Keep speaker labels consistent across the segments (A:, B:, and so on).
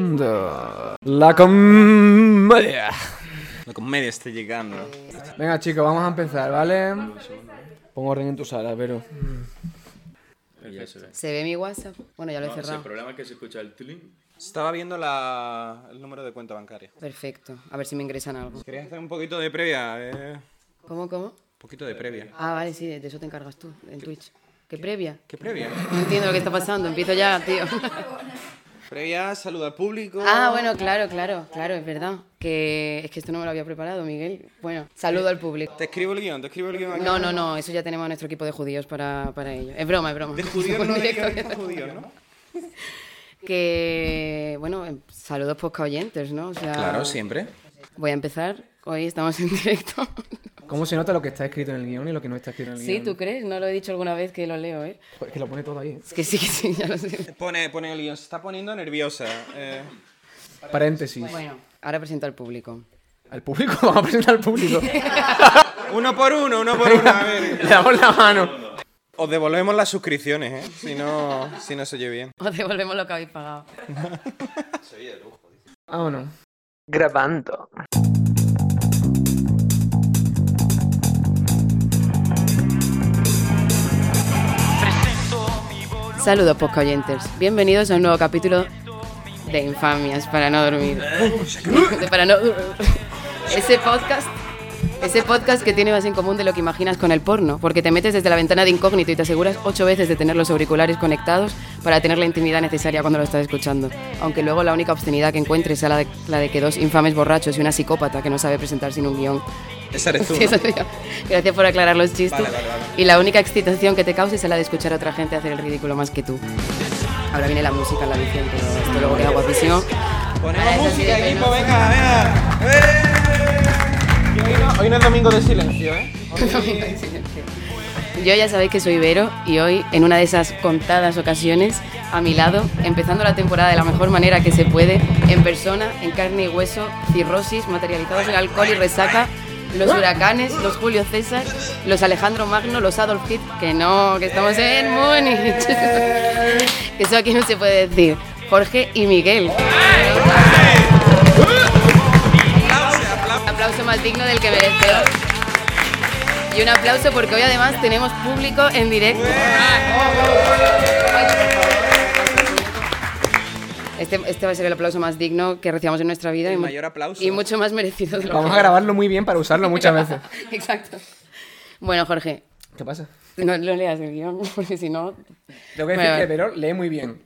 A: Acabando. La comedia.
B: La comedia está llegando.
A: Venga, chicos, vamos a empezar, ¿vale? Pon orden en tu sala, pero.
C: Se ve mi WhatsApp. Bueno, ya lo he cerrado.
D: problema es que se escucha el tling.
B: Estaba viendo la- el número de cuenta bancaria.
C: Perfecto. A ver si me ingresan algo.
B: ¿Querías hacer un poquito de previa? eh? Un
C: ¿Cómo, cómo?
B: poquito de previa.
C: Ah, vale, sí, de eso te encargas tú, en Twitch. ¿Qué previa?
B: ¿Qué previa?
C: No entiendo lo que está pasando. Empiezo ya, tío.
B: Previa, saluda al público.
C: Ah, bueno, claro, claro, claro, es verdad. Que es que esto no me lo había preparado, Miguel. Bueno, saludo al público.
B: Te escribo el guión, te escribo el guión. aquí.
C: No, no, no, eso ya tenemos a nuestro equipo de judíos para, para ello. Es broma, es broma.
B: De judío no, de guión, de
C: que,
B: judío, ¿no?
C: bueno, em, saludos posca oyentes, ¿no? O sea,
B: Claro, siempre.
C: Voy a empezar. Hoy estamos en directo.
A: ¿Cómo se nota lo que está escrito en el guión y lo que no está escrito en el
C: Sí,
A: guión?
C: ¿tú crees? No lo he dicho alguna vez que lo leo, ¿eh?
A: Joder, Es que lo pone todo ahí. ¿eh?
C: Es que sí, que sí, ya lo sé.
B: Pone, pone el guión, se está poniendo nerviosa. eh.
A: Paréntesis.
C: Bueno, ahora presento al público.
A: Al público, vamos a presentar al público.
B: Uno por uno, uno por uno. A ver.
A: Le damos la mano.
B: Os devolvemos las suscripciones, ¿eh? Si no, si no se oye bien.
C: Os devolvemos lo que habéis pagado.
A: Vámonos.
E: Grabando.
C: Saludos, posca oyentes. Bienvenidos a un nuevo capítulo de Infamias para no dormir. De para no dur- Ese podcast. Ese podcast que tiene más en común de lo que imaginas con el porno, porque te metes desde la ventana de incógnito y te aseguras ocho veces de tener los auriculares conectados para tener la intimidad necesaria cuando lo estás escuchando. Aunque luego la única obscenidad que encuentres sea la de, la de que dos infames borrachos y una psicópata que no sabe presentar sin un guión
B: Esa eres tú.
C: Sí, eso soy yo. Gracias por aclarar los chistes.
B: Vale, vale, vale.
C: Y la única excitación que te causa es la de escuchar a otra gente hacer el ridículo más que tú. Ahora viene la música en la edición, pero esto luego queda guapísimo.
B: ¿no?
C: Ah,
B: Ponemos
C: eso sí,
B: música,
C: pero
B: equipo,
C: no.
B: venga, venga. ¡Eh! Y Hoy
A: Ah,
B: no, hoy no es domingo de silencio, ¿eh?
C: Yo ya sabéis que soy Ibero y hoy, en una de esas contadas ocasiones, a mi lado, empezando la temporada de la mejor manera que se puede, en persona, en carne y hueso, cirrosis, materializados en alcohol y resaca, los huracanes, los Julio César, los Alejandro Magno, los Adolf Hitler, que no, que estamos en Múnich. Que Eso aquí no se puede decir. Jorge y Miguel. Aplauso más digno del que merecemos. Y un aplauso porque hoy además tenemos público en directo. Este, este va a ser el aplauso más digno que recibamos en nuestra vida.
B: El
C: y mu-
B: mayor aplauso.
C: Y mucho más merecido. de lo
A: Vamos
C: que-
A: a grabarlo muy bien para usarlo muchas veces.
C: Exacto. Bueno, Jorge,
A: ¿Qué pasa?
C: no, no leas el guión porque si no,
A: Tengo que decir
C: Bueno.
A: que Vero lee muy bien.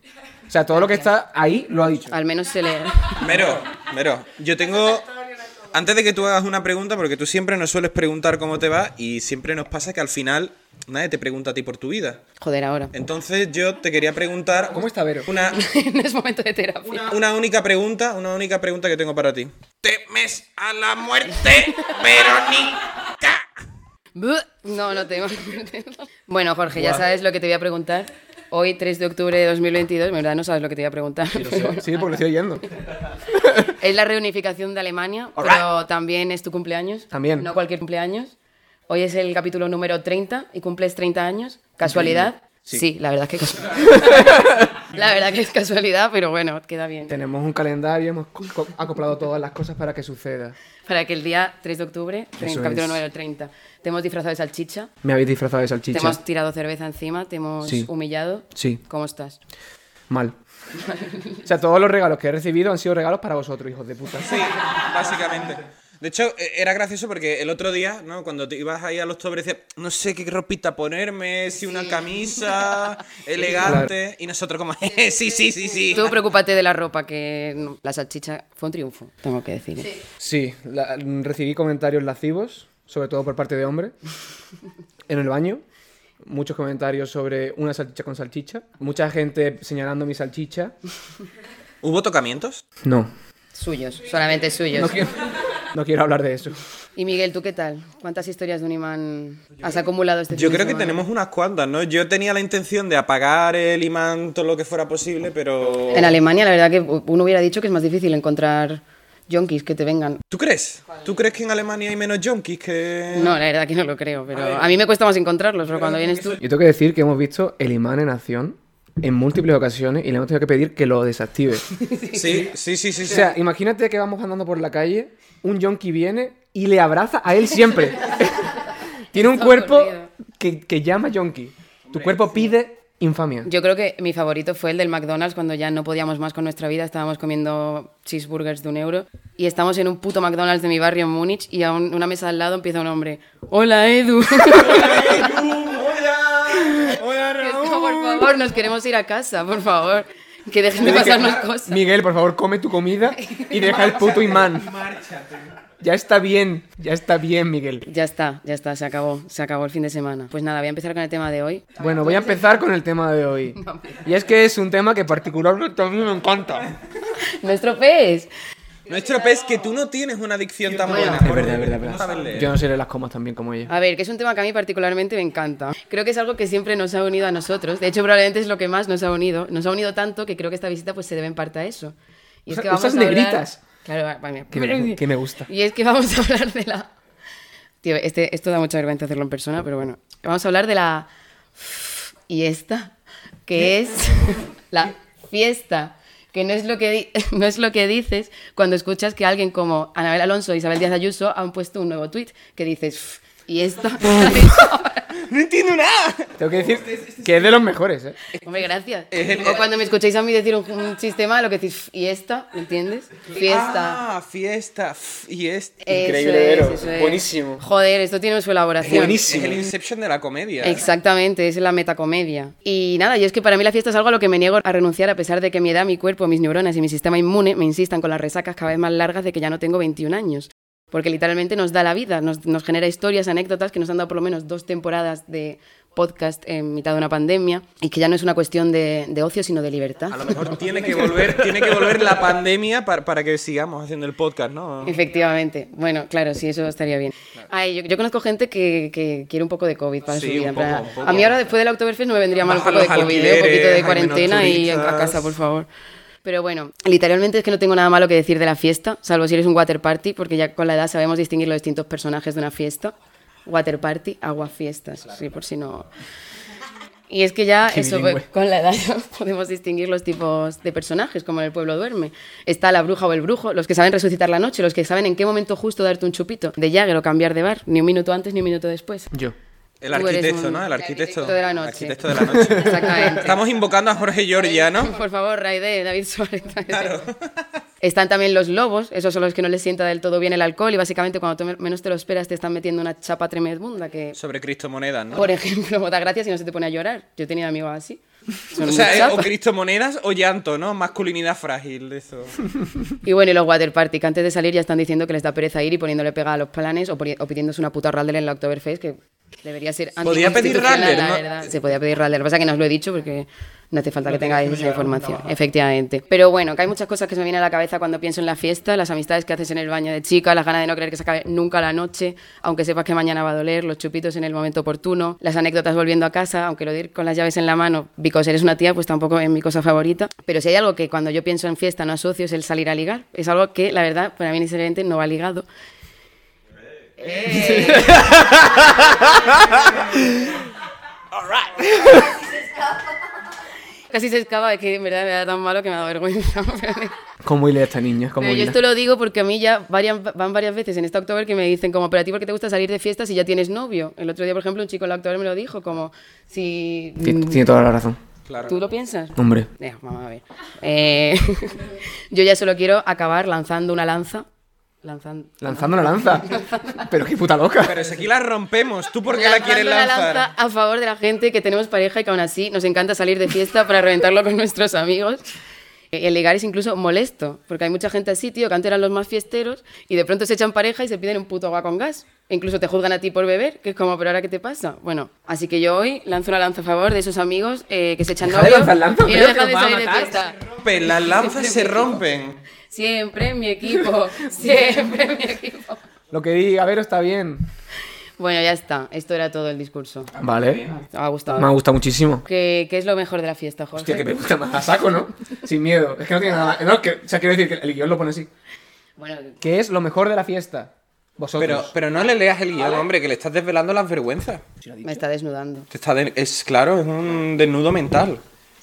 A: O sea, todo lo que está ahí lo ha dicho.
C: al menos se lee.
B: Mero, Mero, yo tengo... Antes de que tú hagas una pregunta, porque tú siempre nos sueles preguntar cómo te va y siempre nos pasa que al final nadie te pregunta a ti por tu vida.
C: Joder, ahora.
B: Entonces yo te quería preguntar...
A: ¿Cómo está Vero?
B: Una,
C: no es momento de terapia.
B: una única pregunta, una única pregunta que tengo para ti. ¿Temes a la muerte, Verónica?
C: Buh. No, no tengo. bueno, Jorge, ya sabes lo que te voy a preguntar. Hoy, 3 de octubre de 2022, en verdad no sabes lo que te voy a preguntar.
A: Sí, porque lo estoy oyendo.
C: es la reunificación de Alemania,
B: Alright.
C: pero también es tu cumpleaños.
A: También.
C: No cualquier cumpleaños. Hoy es el capítulo número 30 y cumples 30 años. ¿Casualidad? Sí. la verdad es que casualidad. la verdad que es casualidad, pero bueno, queda bien.
A: Tenemos un calendario, hemos co- co- acoplado todas las cosas para que suceda.
C: Para que el día 3 de octubre, el
A: Eso
C: capítulo
A: es.
C: número 30, te hemos disfrazado de salchicha,
A: Me habéis disfrazado de
C: te
A: salchicha.
C: hemos tirado cerveza encima, te hemos
A: Sí.
C: humillado.
A: Sí,
C: ¿Cómo estás?
A: mal. O sea, todos los regalos que he recibido han sido regalos para vosotros, hijos de puta.
B: Sí, básicamente. De hecho, e- era gracioso porque el otro día, ¿no? Cuando te ibas ahí al octubre decías, no sé qué ropita ponerme, si una camisa, elegante. Y nosotros como, "Jeje, sí, sí, sí, sí.
C: Tú preocúpate de la ropa, que no- la salchicha fue un triunfo, tengo que decir. ¿eh?
A: Sí, la- recibí comentarios lascivos, sobre todo por parte de hombres, en el baño. Muchos comentarios sobre una salchicha con salchicha. Mucha gente señalando mi salchicha.
B: ¿Hubo tocamientos?
A: No,
C: Suyos, solamente suyos.
A: no quiero, no quiero hablar de eso.
C: Y Miguel, ¿tú qué tal? ¿Cuántas historias de un imán has acumulado este
B: Yo
C: fin de
B: creo que
C: semana?
B: tenemos unas cuantas, ¿no? Yo tenía la intención de apagar el imán todo lo que fuera posible, pero...
C: En Alemania, la verdad que uno hubiera dicho que es más difícil encontrar yonkis que te vengan.
B: ¿Tú crees? ¿Tú crees que en Alemania hay menos yonkis que...?
C: No, la verdad que no lo creo, pero a mí me cuesta más encontrarlos, pero cuando vienes tú...
A: Yo tengo que decir que hemos visto el imán en acción en múltiples ocasiones y le hemos tenido que pedir que lo desactive.
B: Sí, sí, sí, sí.
A: O
B: sí.
A: sea, imagínate que vamos andando por la calle, un yonki viene y le abraza a él siempre. Tiene un
C: Está
A: cuerpo
C: ocurrido.
A: que, que llama yonki. Tu cuerpo pide infamia.
C: Yo creo que mi favorito fue el del McDonald's cuando ya no podíamos más con nuestra vida, estábamos comiendo cheeseburgers de un euro y estamos en un puto McDonald's de mi barrio en Múnich y a un- una mesa al lado empieza un hombre, hola Edu,
B: ¡Hola! ¡Hola,
C: Es
B: Raúl!
C: como, por favor, nos queremos ir a casa, por favor, que dejen de
A: Tiene que-
C: pasarnos cosas.
A: Miguel, por favor, come tu comida y deja el puto imán. Ya está bien, ya está bien, Miguel.
C: Ya está, ya está, se acabó, se acabó el fin de semana. Pues nada, voy a empezar con el tema de hoy.
A: Bueno, voy a empezar con el tema de hoy. Y es que es un tema que particularmente a mí me encanta.
C: No estropees.
B: Nuestro pez que tú no tienes una adicción tan buena.
A: Es verdad, es verdad, es
B: No
A: verdad.
B: sabes leer.
A: Yo no sé las comas tan bien como ella.
C: A ver, que es un tema que a mí particularmente me encanta. Creo que es algo que siempre nos ha unido a nosotros. De hecho, probablemente es lo que más nos ha unido. Nos ha unido tanto que creo que esta visita pues se debe en parte a eso. Y es
A: Usa-
C: que vamos
A: usas
C: a hablar-
A: negritas.
C: Claro, va- va, mira.
A: Que me, que me gusta.
C: Y es que vamos a hablar de la... Tío, este, esto da mucha vergüenza hacerlo en persona, pero bueno. Vamos a hablar de la... Y esta, que es la fiesta. Que no es, lo que di- no es lo que dices cuando escuchas que alguien como Anabel Alonso e Isabel Díaz Ayuso han puesto un nuevo tweet que dices... Y esta...
B: ¡No entiendo nada!
A: Tengo que decir que este es de los mejores, ¿eh?
C: Hombre, gracias.
B: Es el-
C: O cuando me escucháis a mí decir un, un chiste malo que decís... Y esta, ¿me entiendes? Fiesta.
B: Ah, fiesta. f- Y es.
C: Eso
A: Increíble,
C: es,
A: Vero.
C: eso es.
A: Buenísimo.
C: Joder, esto tiene su elaboración.
A: Buenísimo.
B: Es el Inception de la comedia.
C: Exactamente, es la metacomedia. Y nada, y es que para mí la fiesta es algo a lo que me niego a renunciar a pesar de que mi edad, mi cuerpo, mis neuronas y mi sistema inmune me insistan con las resacas cada vez más largas de que ya no tengo 21 años. Porque literalmente nos da la vida, nos, nos genera historias, anécdotas que nos han dado por lo menos dos temporadas de podcast en mitad de una pandemia y que ya no es una cuestión de, de ocio, sino de libertad.
B: A lo mejor tiene que volver, tiene que volver la pandemia para, para que sigamos haciendo el podcast, ¿no?
C: Efectivamente. Bueno, claro, sí, eso estaría bien. Ay, yo, yo conozco gente que, que quiere un poco de COVID para
B: Sí,
C: su vida.
B: un
C: en plan,
B: poco, un poco.
C: A mí ahora, después del Oktoberfest, no me vendría mal un
B: Baja
C: poco de
B: los
C: COVID, ¿eh? un poquito
B: alquileres,
C: de
B: hay
C: cuarentena
B: menos
C: y a
B: turistas.
C: casa, por favor. Pero bueno, literalmente es que no tengo nada malo que decir de la fiesta, salvo si eres un water party, porque ya con la edad sabemos distinguir los distintos personajes de una fiesta. Water party, agua fiestas, sí, por si no... Y es que ya
A: Qué
C: eso,
A: bilingüe.
C: con la edad ya podemos distinguir los tipos de personajes, como en el pueblo duerme. Está la bruja o el brujo, los que saben resucitar la noche, los que saben en qué momento justo darte un chupito de Jagger o cambiar de bar, ni un minuto antes ni un minuto después.
A: Yo.
B: El
C: Tú eres
B: arquitecto,
C: un-
B: ¿no? El arquitecto.
C: de la noche.
B: Arquitecto de la noche.
C: Exactamente.
B: Estamos invocando a Jorge Giorgia, ¿no?
C: Por favor, Raide, David Suárez. Están también los lobos, esos son los que no les sienta del todo bien el alcohol y básicamente cuando tú menos te lo esperas te están metiendo una chapa tremenda que,
B: Sobre Cristo Monedas, ¿no?
C: por ejemplo, da gracias y no se te pone a llorar. Yo tenía amigos así. Son
B: O sea, eh,
C: muy
B: es o
C: chapas.
B: Cristo Monedas o llanto, ¿no? Masculinidad frágil, de eso.
C: Y bueno, y los water party, que antes de salir ya están diciendo que les da pereza ir y poniéndole pega a los planes o, poni- o pidiéndose una puta Radler en la Oktoberfest, que debería ser
B: Podía pedir
C: anticonstitucional,
B: Radler,
C: la
B: ¿no?
C: verdad. Se podía pedir Radler, lo que pasa es que no os lo he dicho porque no hace falta que tengáis esa información, efectivamente. Pero bueno, que hay muchas cosas que se me vienen a la cabeza cuando pienso en la fiesta, las amistades que haces en el baño de chica, las ganas de no creer que se acabe nunca la noche, aunque sepas que mañana va a doler, los chupitos en el momento oportuno, las anécdotas volviendo a casa, aunque lo de ir con las llaves en la mano, because eres una tía, pues tampoco es mi cosa favorita. Pero si hay algo que cuando yo pienso en fiesta no asocio es el salir a ligar, es algo que la verdad para mí necesariamente no va ligado. Casi se escapa, es que en verdad me da tan malo que me da vergüenza.
A: ¿Cómo hila esta niña? ¿Cómo
C: Pero yo
A: hila?
C: esto lo digo porque a mí ya varias, van varias veces en esta October que me dicen como, pero a ti por qué te gusta salir de fiestas si ya tienes novio. El otro día, por ejemplo, un chico en la October me lo dijo, como, si mm,
A: Ti- Tiene toda la razón.
B: Claro.
C: tú lo piensas.
A: Hombre.
C: Eh, vamos a ver. Eh, yo ya solo quiero acabar lanzando una lanza. Lanzando.
A: Lanzando la lanza. Pero qué puta loca.
B: Pero si aquí la rompemos, ¿tú por qué la quieres
C: Lanzando una
B: lanzar?
C: lanza a favor de la gente que tenemos pareja y que aún así nos encanta salir de fiesta para reventarlo con nuestros amigos. Y el ligar es incluso molesto, porque hay mucha gente así, tío, que antes eran los más fiesteros y de pronto se echan pareja y se piden un puto agua con gas. E incluso te juzgan a ti por beber, que es como, pero ahora qué te pasa. Bueno, así que yo hoy lanzo una lanza a favor de esos amigos eh, que se echan
A: Deja de
C: novio
A: lanzar lanzas,
C: y
A: creo
C: no
A: que
C: dejan de
A: nos va a
C: salir de
A: matar.
C: fiesta.
B: Rompen, las lanzas se rompen.
C: Siempre mi equipo, siempre mi equipo.
A: Lo que diga Vero está bien.
C: Bueno, ya está, esto era todo el discurso.
A: Vale.
C: Me ha
A: Me ha
C: gustado.
A: gustado muchísimo.
C: ¿Qué, qué es lo mejor de la fiesta, Jorge?
A: Hostia, que pregunta más a saco, ¿no? Sin miedo. Es que no tiene nada. No, es que, o sea, quiero decir que el guión lo pone así.
C: Bueno,
A: ¿Qué es lo mejor de la fiesta? Vosotros.
B: Pero, pero no le leas el guión, hombre, que le estás desvelando las vergüenzas.
C: me está desnudando.
B: Te está de- Es claro, es un desnudo mental.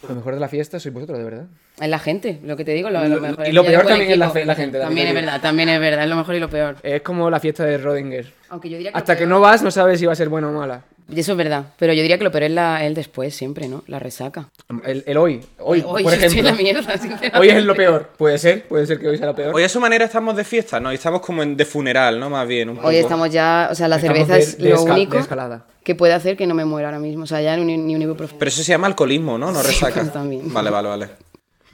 A: Lo mejor de la fiesta sois vosotros, de verdad.
C: Es la gente, lo que te digo. Lo, lo
A: Lo-
C: mejor
A: y lo
C: ya
A: peor
C: digo el
A: también es la
C: equipo.
A: fe- la gente, también
C: También es
A: te digo.
C: verdad, también es verdad, es lo mejor y lo peor.
A: Es como la fiesta de Rodinger.
C: Aunque yo diría que.
A: Hasta
C: lo
A: que
C: peor-
A: no vas, no sabes si va a ser buena o mala.
C: Y eso es verdad, pero yo diría que lo peor es la, el después, siempre, ¿no? La resaca.
A: El, el hoy, hoy,
C: Hoy
A: por
C: yo estoy en
A: ejemplo.
C: la mierda, sinceramente.
A: Hoy es lo peor. Puede ser, puede ser que hoy sea lo peor.
B: Hoy a su manera estamos de fiesta, ¿no? Y estamos como en- de funeral, ¿no? Más bien. Un poco.
C: Hoy estamos ya, o sea, la
A: Estamos
C: cerveza
A: de-
C: es
A: de
C: lo
A: esca-
C: único
A: de escalada.
C: que puede hacer que no me muera ahora mismo. O sea, ya ni, ni un ibuprofeno.
B: Pero eso se llama alcoholismo, ¿no? No
C: Sí,
B: resaca.
C: pues también.
B: Vale, vale, vale.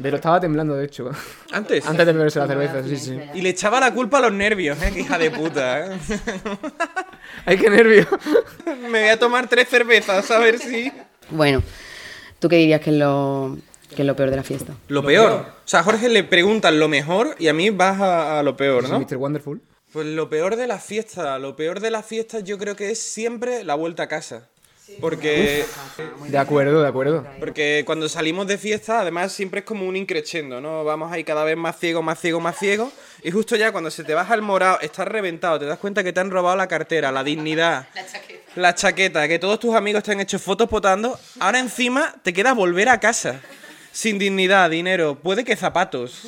A: Pero estaba temblando, de hecho.
B: Antes.
A: Antes de beberse la cerveza, sí, sí.
B: Y le echaba la culpa a los nervios, ¿eh? Qué hija de puta, ¿eh?
A: ¡Ay, qué nervio!
B: Me voy a tomar tres cervezas, a ver si.
C: Bueno, ¿tú qué dirías que es lo, que es lo peor de la fiesta?
B: Lo peor. O sea, a Jorge le preguntan lo mejor y a mí vas a, a lo peor, ¿no?
A: Mr. Wonderful.
B: Pues lo peor de la fiesta, lo peor de la fiesta yo creo que es siempre la vuelta a casa. Porque,
A: De acuerdo, de acuerdo.
B: porque cuando salimos de fiesta, además siempre es como un increchendo, ¿no? Vamos ahí cada vez más ciego, más ciego, más ciego. Y justo ya cuando se te baja el morado, estás reventado, te das cuenta que te han robado la cartera, la dignidad, la chaqueta, que todos tus amigos te han hecho fotos potando. Ahora encima te queda volver a casa. Sin dignidad, dinero, puede que zapatos.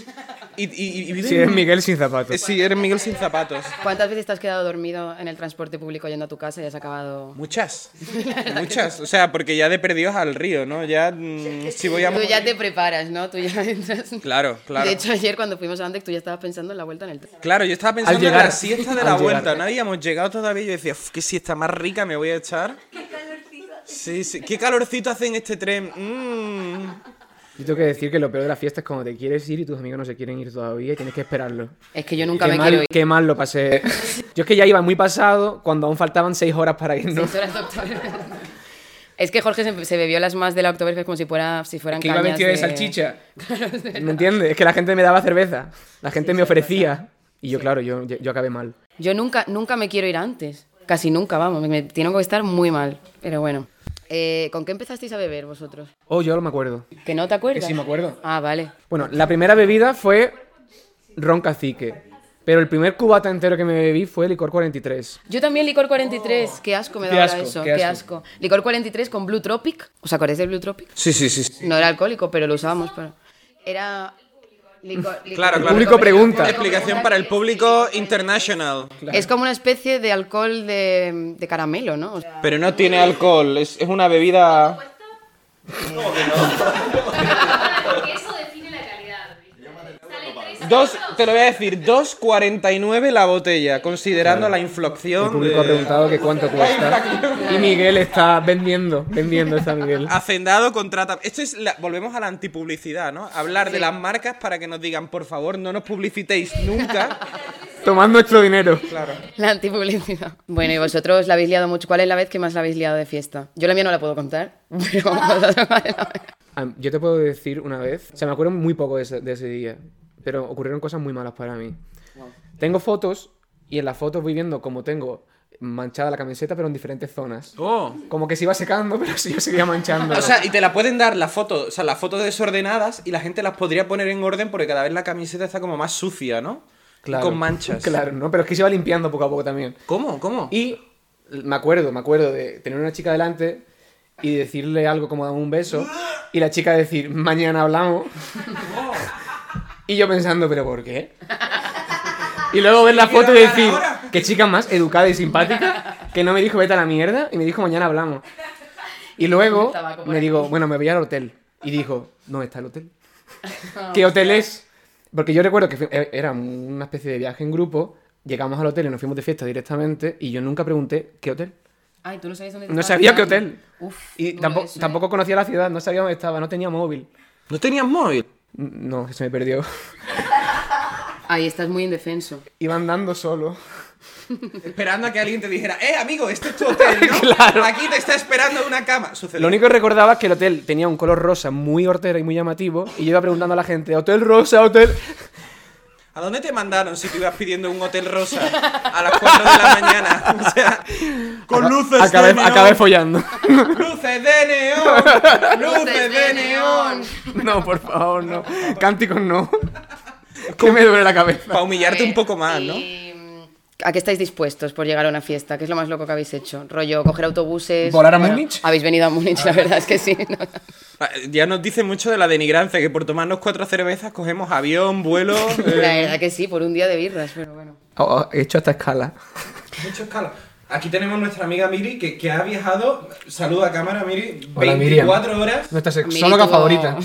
B: Y, y, y- y vives
A: Si eres Miguel sin zapatos.
B: Sí, eres Miguel sin zapatos.
C: ¿Cuántas veces te has quedado dormido en el transporte público yendo a tu casa y has acabado...?
B: Muchas, muchas. O sea, porque ya de perdidos al río, ¿no? Ya, mm, si voy a...
C: Tú ya te preparas, ¿no? Tú ya entras...
B: Claro, claro.
C: De hecho, ayer cuando fuimos a Andex, tú ya estabas pensando en la vuelta en el tren.
B: Claro, yo estaba pensando en
A: llegar.
B: la siesta de
A: Al
B: la
A: llegar.
B: vuelta. No habíamos llegado todavía y yo decía, "Uf, qué siesta más rica me voy a echar. Qué calorcito Sí, sí. Qué calorcito hace en este tren. Mm.
A: Yo tengo que decir que lo peor de la fiesta es cuando te quieres ir y tus amigos no se quieren ir todavía y tienes que esperarlo.
C: Es que yo nunca
A: qué
C: me
A: mal,
C: quiero ir.
A: qué mal lo pasé. Yo es que ya iba muy pasado cuando aún faltaban seis horas para irnos.
C: Seis horas de Oktoberfest. Es que Jorge se, se bebió las más de la Oktoberfest como si, fuera, si fueran
A: que iba
C: cañas
A: vestido de salchicha. ¿Me entiendes? Es que la gente me daba cerveza. La gente me ofrecía. Y yo, claro, yo, yo acabé mal.
C: Yo nunca, nunca me quiero ir antes. Casi nunca, vamos. Me, me- tengo que estar muy mal. Pero bueno. Eh, ¿Con qué empezasteis a beber vosotros?
A: Oh, yo no me acuerdo.
C: ¿Que no te
A: Que
C: acuerdas?
A: sí, me acuerdo.
C: Ah, vale.
A: Bueno, la primera bebida fue ron cacique. Pero el primer cubata entero que me bebí fue licor 43.
C: Yo también licor 43. Qué asco me
A: Oh. Qué
C: da ahora
A: asco,
C: eso.
A: qué
C: Qué
A: asco.
C: asco. Licor 43 con Blue Tropic. ¿Os acordáis del Blue Tropic?
B: Sí, sí, sí. sí.
C: No era alcohólico, pero lo usábamos. Pero... Era... Licor, licor-
B: Claro, claro.
A: público pregunta.
B: Explicación para el público international.
C: Es como una especie de alcohol de, de caramelo, ¿no? O sea,
B: Pero no tiene alcohol, es, es una bebida...
D: Porque eso define la calidad. Sale tres
B: Dos, te lo voy a decir, 2.49 la botella, considerando la inflación.
A: El público ha
B: de-
A: preguntado que cuánto cuesta. Y Miguel está vendiendo, vendiendo está Miguel.
B: Hacendado contrata. Esto es la- volvemos a la antipublicidad, ¿no? Hablar de las marcas para que nos digan, por favor, no nos publicitéis nunca.
A: Tomando nuestro dinero.
C: La antipublicidad. Bueno, y vosotros la habéis liado mucho. ¿Cuál es la vez que más la habéis liado de fiesta? Yo la mía no la puedo contar, pero vosotros, ¿cuál es la vez?
A: Ah, Yo te puedo decir una vez, o sea, me acuerdo muy poco de ese, de ese día, pero ocurrieron cosas muy malas para mí. Tengo fotos y en las fotos voy viendo cómo tengo manchada la camiseta, pero en diferentes zonas.
B: Oh.
A: Como que se iba secando, pero sí, yo seguía manchando.
B: O sea, y te la pueden dar las fotos, o sea, las fotos desordenadas y la gente las podría poner en orden porque cada vez la camiseta está como más sucia, ¿no? Y Con manchas.
A: Claro, ¿no? Pero es que se iba limpiando poco a poco también.
B: ¿Cómo? ¿Cómo?
A: Y me acuerdo, me acuerdo de tener una chica delante y decirle algo como dame un beso y la chica decir mañana hablamos. Y yo pensando, ¿pero por qué? Y luego ver la foto y
B: quiero hablar
A: decir,
B: ahora.
A: qué chica más educada y simpática, que no me dijo vete a la mierda y me dijo mañana hablamos. Y luego
C: Tabaco por
A: me
C: aquí.
A: digo, bueno, me voy al hotel. Y dijo, no está el hotel?
C: Ah,
A: ¿Qué hotel es? Porque yo recuerdo que fui- e- era una especie de viaje en grupo, llegamos al hotel y nos fuimos de fiesta directamente y yo nunca pregunté qué hotel.
C: Ay, tú no sabías dónde
A: No
C: estabas
A: sabía qué
C: tirando?
A: hotel.
C: Uf,
A: Y
C: duro
A: tampoco,
C: eso, ¿eh?
A: tampoco conocía la ciudad, no sabía dónde estaba, no tenía móvil.
B: ¿No tenías móvil?
A: N- No, se me perdió.
C: Ay, estás muy indefenso.
A: Iba andando solo.
B: Esperando a que alguien te dijera, eh, amigo, este es tu hotel, ¿no?
A: Claro.
B: Aquí te está esperando una cama. Sucedió.
A: Lo único que recordaba es que el hotel tenía un color rosa muy hortera y muy llamativo y yo iba preguntando a la gente, hotel rosa, hotel...
B: ¿A dónde te mandaron si te ibas pidiendo un hotel rosa a las 4 de la mañana? O sea, con
A: Aca-
B: luces
A: acabé,
B: de neón.
A: acabé follando.
B: luces de neón. Luces de neón.
A: No, por favor, no. Cánticos no. Que me duele la cabeza.
B: Para humillarte un poco más, ¿no?
C: Y, mm, ¿A qué estáis dispuestos por llegar a una fiesta? ¿Qué es lo más loco que habéis hecho? Rollo, coger autobuses.
A: ¿Volar a Múnich?
C: Habéis venido a Múnich, la verdad es que sí. ¿no?
B: Ah, Ya nos dice mucho de la denigrancia, que por tomarnos cuatro cervezas cogemos avión, vuelo.
C: La
B: eh,
C: verdad que sí, por un día de birras, pero bueno.
A: Oh, oh, he hecho esta escala.
B: Mucho escala. Aquí tenemos nuestra amiga Miri, que, que ha viajado. Saluda a cámara, Miri.
A: Hola, Miriam.
B: 24 horas.
A: Nuestra
C: Miri
A: sexóloga
C: tuvo-
A: favorita.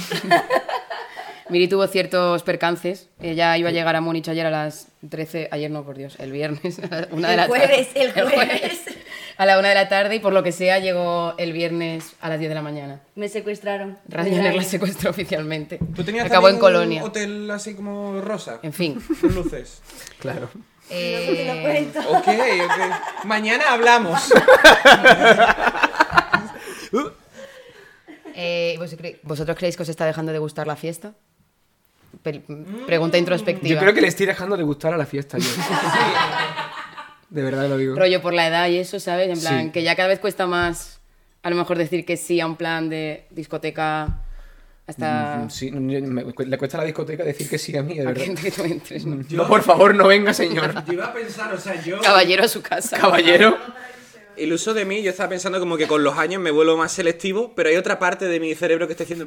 C: Miri tuvo ciertos percances. Ella iba a llegar a Múnich ayer a las 13, ayer no, por Dios, el viernes. a la una de
E: El
C: la
E: jueves,
C: tarde.
E: el jueves.
C: A la una de la tarde y por lo que sea llegó el viernes a las 10 de la mañana.
E: Me secuestraron.
C: Ryanair la secuestró oficialmente.
B: ¿Tú tenías
C: Acabó
B: también
C: en
B: un
C: Colonia. Em.
B: hotel así como rosa?
C: En fin.
B: Con luces.
A: Claro.
E: No te lo
C: eh,
E: cuento.
B: Ok, ok. Mañana hablamos.
C: eh, ¿vos cre- ¿Vosotros creéis que os está dejando de gustar la fiesta? Pe-
B: Mm.
C: Pregunta introspectiva.
A: Yo creo que le estoy dejando de gustar a la fiesta. Yo. De verdad lo digo.
C: rollo por la edad y eso, ¿sabes? En plan,
A: Sí.
C: que ya cada vez cuesta más a lo mejor decir que sí a un plan de discoteca hasta...
A: Mm, Sí, yo- me cu- le cuesta a la discoteca decir que sí a mí, de
C: a
A: verdad. Mm.
C: que- que tú entres, ¿no?
A: No, por favor, no venga, señor.
B: Yo iba a pensar, o sea, yo.
C: Caballero a su casa.
A: Caballero.
B: Iluso de mí, yo estaba pensando como que con los años me vuelvo más selectivo, pero hay otra parte de mi cerebro que está diciendo.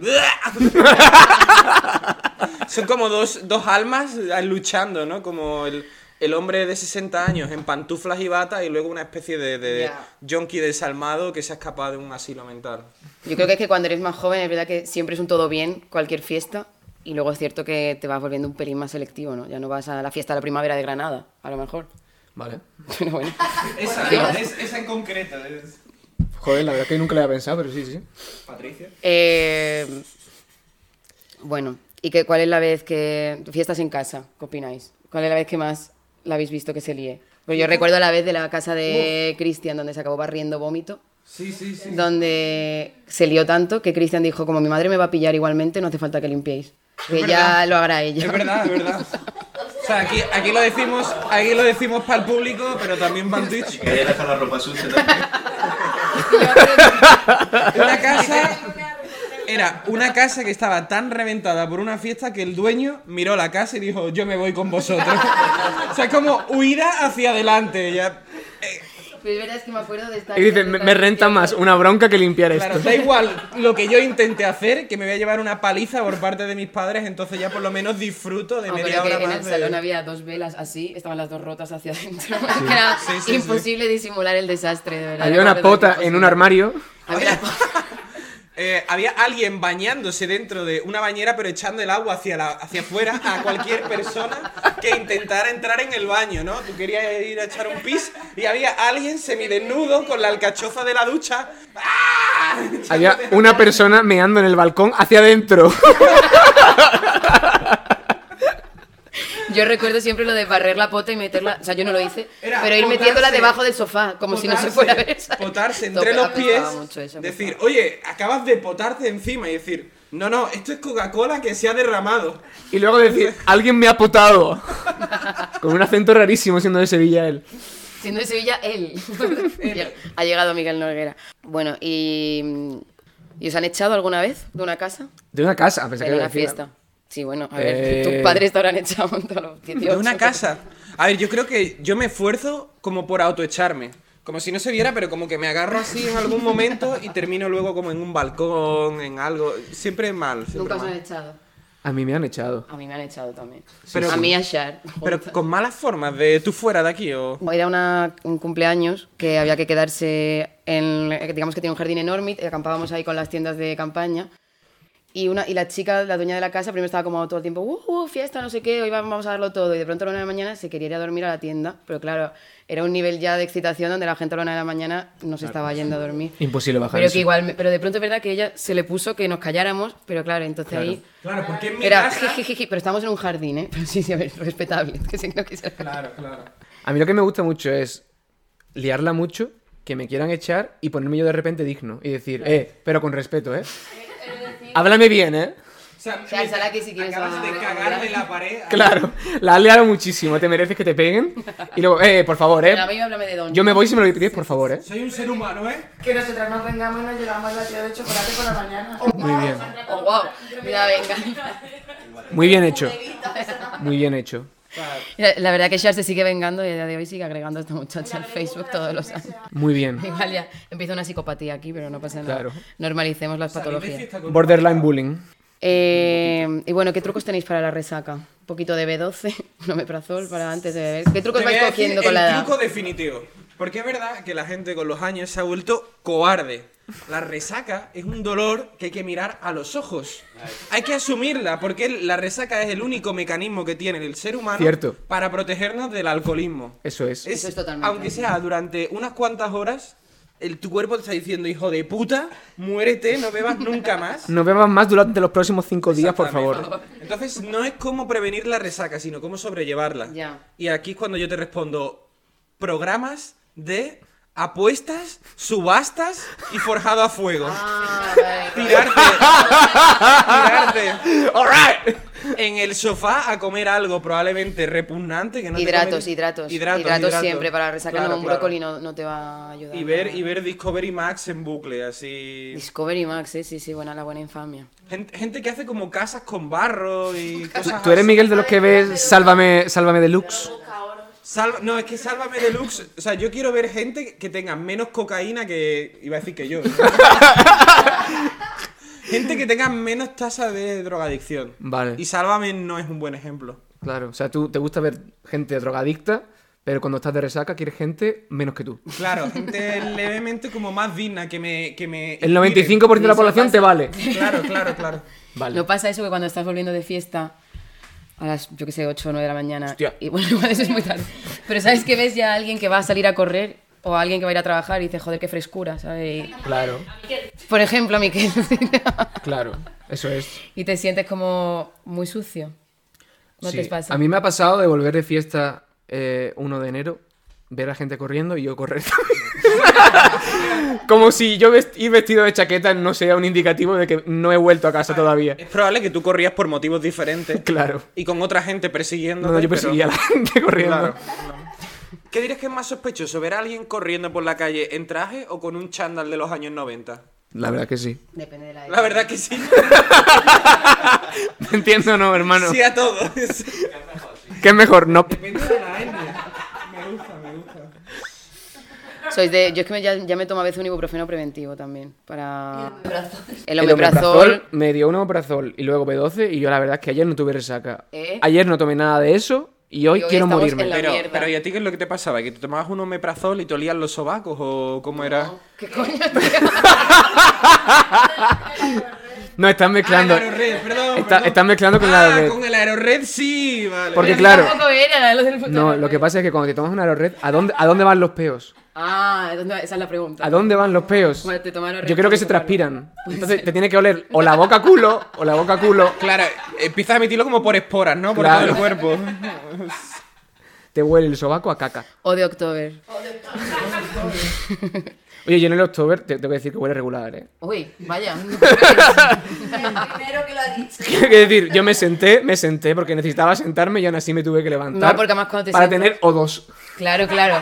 B: Son como dos, dos almas luchando, ¿no? Como el, el hombre de 60 años en pantuflas y bata y luego una especie de, de
C: Ya.
B: yonki desalmado que se ha escapado de un asilo mental.
C: Yo creo que es que cuando eres más joven es verdad que siempre es un todo bien cualquier fiesta y luego es cierto que te vas volviendo un pelín más selectivo, ¿no? Ya no vas a la fiesta de la primavera de Granada, a lo mejor.
A: Vale.
C: Pero bueno.
B: Esa, esa en concreto, es.
A: Joder, la verdad es que nunca le había pensado, pero sí, sí.
B: Patricia.
C: Eh, bueno, ¿y qué, cuál es la vez que... Fiestas en casa, ¿qué opináis? ¿Cuál es la vez que más la habéis visto que se líe? Pues yo recuerdo la vez de la casa de Cristian, donde se acabó barriendo vómito,
B: Sí, sí, sí.
C: donde se lió tanto que Cristian dijo, como mi madre me va a pillar igualmente, no hace falta que limpiéis. Que ya
B: verdad.
C: lo hará ella.
B: Es verdad, es verdad. O sea, aquí, aquí lo decimos, aquí lo decimos para el público, pero también para el Twitch.
F: Si queréis dejar la ropa sucia también.
B: Una casa. Era una casa que estaba tan reventada por una fiesta que el dueño miró la casa y dijo, yo me voy con vosotros. O sea, es como huida hacia adelante. Ya.
C: Pero es verdad, es que me acuerdo de estar...
A: Y dice, me, me renta más una bronca que limpiar
B: Claro,
A: esto.
B: da igual lo que yo intente hacer, que me voy a llevar una paliza por parte de mis padres, entonces ya por lo menos disfruto de
C: Me
B: media
C: acuerdo
B: hora
C: que en el
B: más. de-
C: salón había dos velas así, estaban las dos rotas hacia adentro. Era
B: Sí, sí, sí.
C: imposible disimular el desastre, de verdad.
A: Había
C: Era
A: una pota en un
C: imposible.
A: armario.
C: Había una pota.
B: Eh, había alguien bañándose dentro de una bañera, pero echando el agua hacia, la, hacia afuera a cualquier persona que intentara entrar en el baño, ¿no? Tú querías ir a echar un pis y había alguien semidesnudo con la alcachofa de la ducha. ¡Ah!
A: Había una persona meando en el balcón hacia adentro.
C: Yo recuerdo siempre lo de barrer la pota y meterla, o sea, yo no lo hice,
B: Era
C: pero ir
B: botarse-
C: metiéndola debajo del sofá, como si no
B: Potarse,
C: se fuera a ver. ¿sabes?
B: Potarse entre
C: Tope, a
B: los
C: mí me
B: pies.
C: gustaba mucho eso, me
B: decir,
C: gustaba.
B: oye, acabas de potarte encima y decir, no, no, esto es Coca-Cola que se ha derramado.
A: Y luego decir, alguien me ha potado. Con un acento rarísimo siendo de Sevilla él.
C: Siendo de Sevilla, él. ha llegado Miguel Noguera. Bueno, y... mm, ¿Y os han echado alguna vez de una casa?
A: De una casa, pensé
C: De
A: que era
C: una
A: de
C: fiesta. Sí, bueno, a
A: Eh.
C: ver, tus padres te habrán echado en todos los 18.
B: De una casa. A ver, yo creo que yo me esfuerzo como por autoecharme. Como si no se viera, pero como que me agarro así en algún momento y termino luego como en un balcón, en algo. Siempre mal. siempre
C: Nunca os
B: mal.
C: han echado.
A: A mí me han echado.
C: A mí me han echado también.
B: Pero-
C: a mí y a Shar.
B: Pero con malas formas de tú fuera de aquí o...
C: Era una, un cumpleaños que había que quedarse en, digamos que tiene un jardín enorme, y acampábamos ahí con las tiendas de campaña. Y, una, y la chica, la dueña de la casa, primero estaba como todo el tiempo, "Uh, uh, fiesta, no sé qué, hoy va- vamos a darlo todo. Y de pronto a la una de la mañana se quería ir a dormir a la tienda, pero claro, era un nivel ya de excitación donde la gente a la una de la mañana no se estaba yendo a dormir.
A: Imposible bajar
C: Pero
A: eso.
C: que igual, me- pero de pronto es verdad que ella se le puso que nos calláramos, pero claro, entonces ahí
B: Claro, porque en
C: era jijijiji, pero estamos en un jardín, ¿eh? Pero sí, sí, a ver, respetable, que sí, no quisiera-
B: Claro, claro.
A: A mí lo que me gusta mucho es liarla mucho, que me quieran echar y ponerme yo de repente digno. Y decir, eh, pero con respeto, eh. Háblame bien, eh.
B: O sea,
C: sea, esa la que si quieres
B: acabas
C: va-
B: de cagar de la pared.
A: Claro, la has liado muchísimo, te mereces que te peguen. Y luego, eh, por favor, eh.
C: Pero a mí háblame de don.
A: Yo me voy si me lo pides, por favor, eh.
B: Soy un ser humano, ¿eh?
G: Que nosotras nos vengamos y nos llevamos la tía de chocolate por la mañana.
A: Muy bien.
C: Oh, wow. Mira, venga.
A: Muy bien hecho. Muy bien hecho.
C: La, la verdad que Char se sigue vengando y a día de hoy sigue agregando a esta muchacha en
G: La veremos
C: Facebook
G: para
C: todos
G: seis
C: los
G: meses.
C: años.
A: Muy bien.
C: Igual ya empieza una psicopatía aquí, pero no pasa nada.
A: Claro.
C: Normalicemos las patologías.
A: Borderline bullying.
C: Eh, y bueno, ¿qué trucos tenéis para la resaca? Un poquito de B12, un omeprazol para antes de beber. ¿Qué trucos
B: Te voy
C: vais
B: a decir
C: cogiendo con
B: el
C: la edad?
B: truco definitivo. Porque es verdad que la gente con los años se ha vuelto cobarde. La resaca es un dolor que hay que mirar a los ojos. Hay que asumirla, porque la resaca es el único mecanismo que tiene el ser humano
A: Cierto.
B: para protegernos del alcoholismo.
A: Eso es.
B: Es-
C: Eso es totalmente.
B: Aunque sea durante unas cuantas horas, el, tu cuerpo te está diciendo, hijo de puta, muérete, no bebas nunca más.
A: Nos vemos más durante los próximos cinco días, por favor.
B: Exactamente. Entonces, no es cómo prevenir la resaca, sino cómo sobrellevarla.
C: Ya.
B: Y aquí es cuando yo te respondo: programas de apuestas, subastas y forjado a fuego.
C: Ah, vale.
B: Tirarte, tirarte
A: All right.
B: en el sofá a comer algo probablemente repugnante que no te
C: Hidratos,
B: comen-
C: hidratos,
B: hidratos,
C: siempre para la resaca.
B: Claro,
C: no, un
B: claro.
C: brócoli no, no te va a ayudar.
B: Y ver, y ver Discovery Max en bucle, así.
C: Discovery Max, eh, sí, sí, buena la buena infamia.
B: Gente, gente que hace como casas con barro y cosas
A: ¿Tú eres
B: así.
A: Miguel de los que ves Sálvame, Sálvame Deluxe?
B: Salva- no, es que Sálvame Deluxe. O sea, yo quiero ver gente que tenga menos cocaína que. Iba a decir que yo. ¿no? gente que tenga menos tasa de drogadicción.
A: Vale.
B: Y Sálvame no es un buen ejemplo.
A: Claro, o sea, tú te gusta ver gente drogadicta, pero cuando estás de resaca quieres gente menos que tú.
B: Claro, gente levemente como más digna que me. Que me
A: El
B: inspire.
A: 95% de la población te vale.
B: Claro, claro, claro.
A: Vale.
C: No pasa eso que cuando estás volviendo de fiesta a las, yo qué sé, 8 o 9 de la mañana.
A: Hostia.
C: Y bueno, igual eso es muy tarde. Pero sabes que ves ya a alguien que va a salir a correr o a alguien que va a ir a trabajar y dice, joder, qué frescura, ¿sabes? Y-
A: Claro,
C: por ejemplo, a Miquel.
A: claro, eso es.
C: y te sientes como muy sucio. ¿No
A: Sí.
C: te pasa?
A: A mí me ha pasado de volver de fiesta eh, 1 de enero, ver a gente corriendo y yo correr también. Como si yo vest- ir vestido de chaqueta no sea un indicativo de que no he vuelto a casa todavía.
B: Es probable que tú corrías por motivos diferentes.
A: Claro.
B: Y con otra gente persiguiendo.
A: No, yo perseguía a la gente corriendo.
B: Claro. ¿Qué dirías que es más sospechoso? ¿Ver a alguien corriendo por la calle en traje o con un chándal de los años 90?
A: La verdad que sí.
C: Depende de la edad.
B: La verdad que sí.
A: Te Entiendo, no, hermano.
B: Sí a todos.
A: ¿Qué es mejor? No.
B: Depende de la Me gusta, me gusta.
C: Sois de, yo es que me- ya, ya me tomo a veces un ibuprofeno preventivo también. Para... El
A: El
C: omeprazol.
A: omeprazol, me dio un omeprazol y luego B12 y yo la verdad es que ayer no tuve resaca.
C: ¿Eh?
A: Ayer no tomé nada de eso y hoy,
C: Y hoy
A: quiero
C: estamos
A: morirme.
C: en la-
B: Pero,
C: mierda.
B: pero ¿y a ti qué es lo que te pasaba? ¿Que tú tomabas un omeprazol y te olían los sobacos o cómo era?
C: ¿Qué coño? tío?
A: No, están mezclando.
B: Ah, el aerorred, perdón.
A: Está-
B: perdón.
A: estás mezclando con
B: ah,
A: la aerorred.
B: con el aerorred sí, vale.
A: Porque
C: Pero
A: claro.
C: Tampoco era lo del puto
A: No, lo que pasa es que cuando te tomas un aerorred, ¿a dónde, ¿a dónde van los peos?
C: Ah, ¿dónde- esa es la pregunta.
A: ¿A dónde van los peos?
C: Bueno, te tomaron
A: Yo creo que se
C: rechazo, claro.
A: transpiran.
C: Pues
A: Entonces te tiene que oler o la boca a culo, o la boca a culo.
B: Claro, empiezas a emitirlo como por esporas, ¿no? Por
A: Claro.
B: todo el cuerpo.
A: Te huele el sobaco a caca.
C: O de October.
A: Oye, yo en el October te tengo que decir que huele regular, ¿eh?
C: Uy, vaya.
E: El primero que lo ha dicho.
A: Quiero decir, yo me senté, me senté porque necesitaba sentarme y aún así me tuve que levantar.
C: No, porque además cuando te
A: Para
C: sientas-
A: tener O2.
C: claro, claro.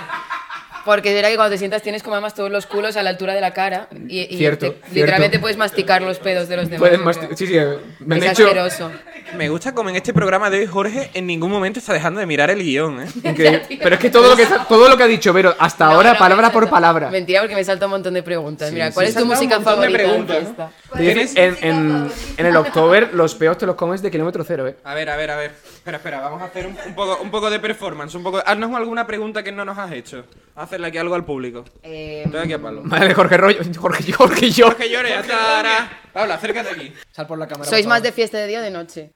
C: Porque era que cuando te sientas tienes como además todos los culos a la altura de la cara y, y
A: Cierto,
C: te-
A: cierto.
C: literalmente puedes masticar los pedos de los demás.
A: Pueden
C: yo
A: más-
C: creo.
A: Sí, sí, me han
C: es
A: hecho.
C: asqueroso.
B: Me gusta como en este programa de hoy Jorge en ningún momento está dejando de mirar el guión, ¿eh?
A: increíble. Pero es que todo lo que, está- todo lo que ha dicho, pero hasta
C: No,
A: ahora,
C: no,
A: palabra
C: me
A: por
C: salta-
A: palabra.
C: Mentira, porque me salta un montón de preguntas. Mira, ¿cuál
B: sí,
C: es tu
B: salta un
C: música
B: montón de
C: favorita? de
B: preguntas, ¿no?
C: fiesta?
A: Tienes- En, en, en el October, los peos te los comes de kilómetro cero, ¿eh?
B: A ver, a ver, a ver. Espera, espera, vamos a hacer un, un poco, un poco de performance. Un poco... Haznos alguna pregunta que no nos has hecho. Hacerle aquí algo al público.
C: Eh,
B: Estoy aquí a palo.
A: Vale, Jorge Rollo, Jorge, Jorge, Jorge.
B: Jorge llore, hasta ahora. Paula, acércate aquí.
A: Sal por la cámara.
C: ¿Sois más de fiesta de día o de noche?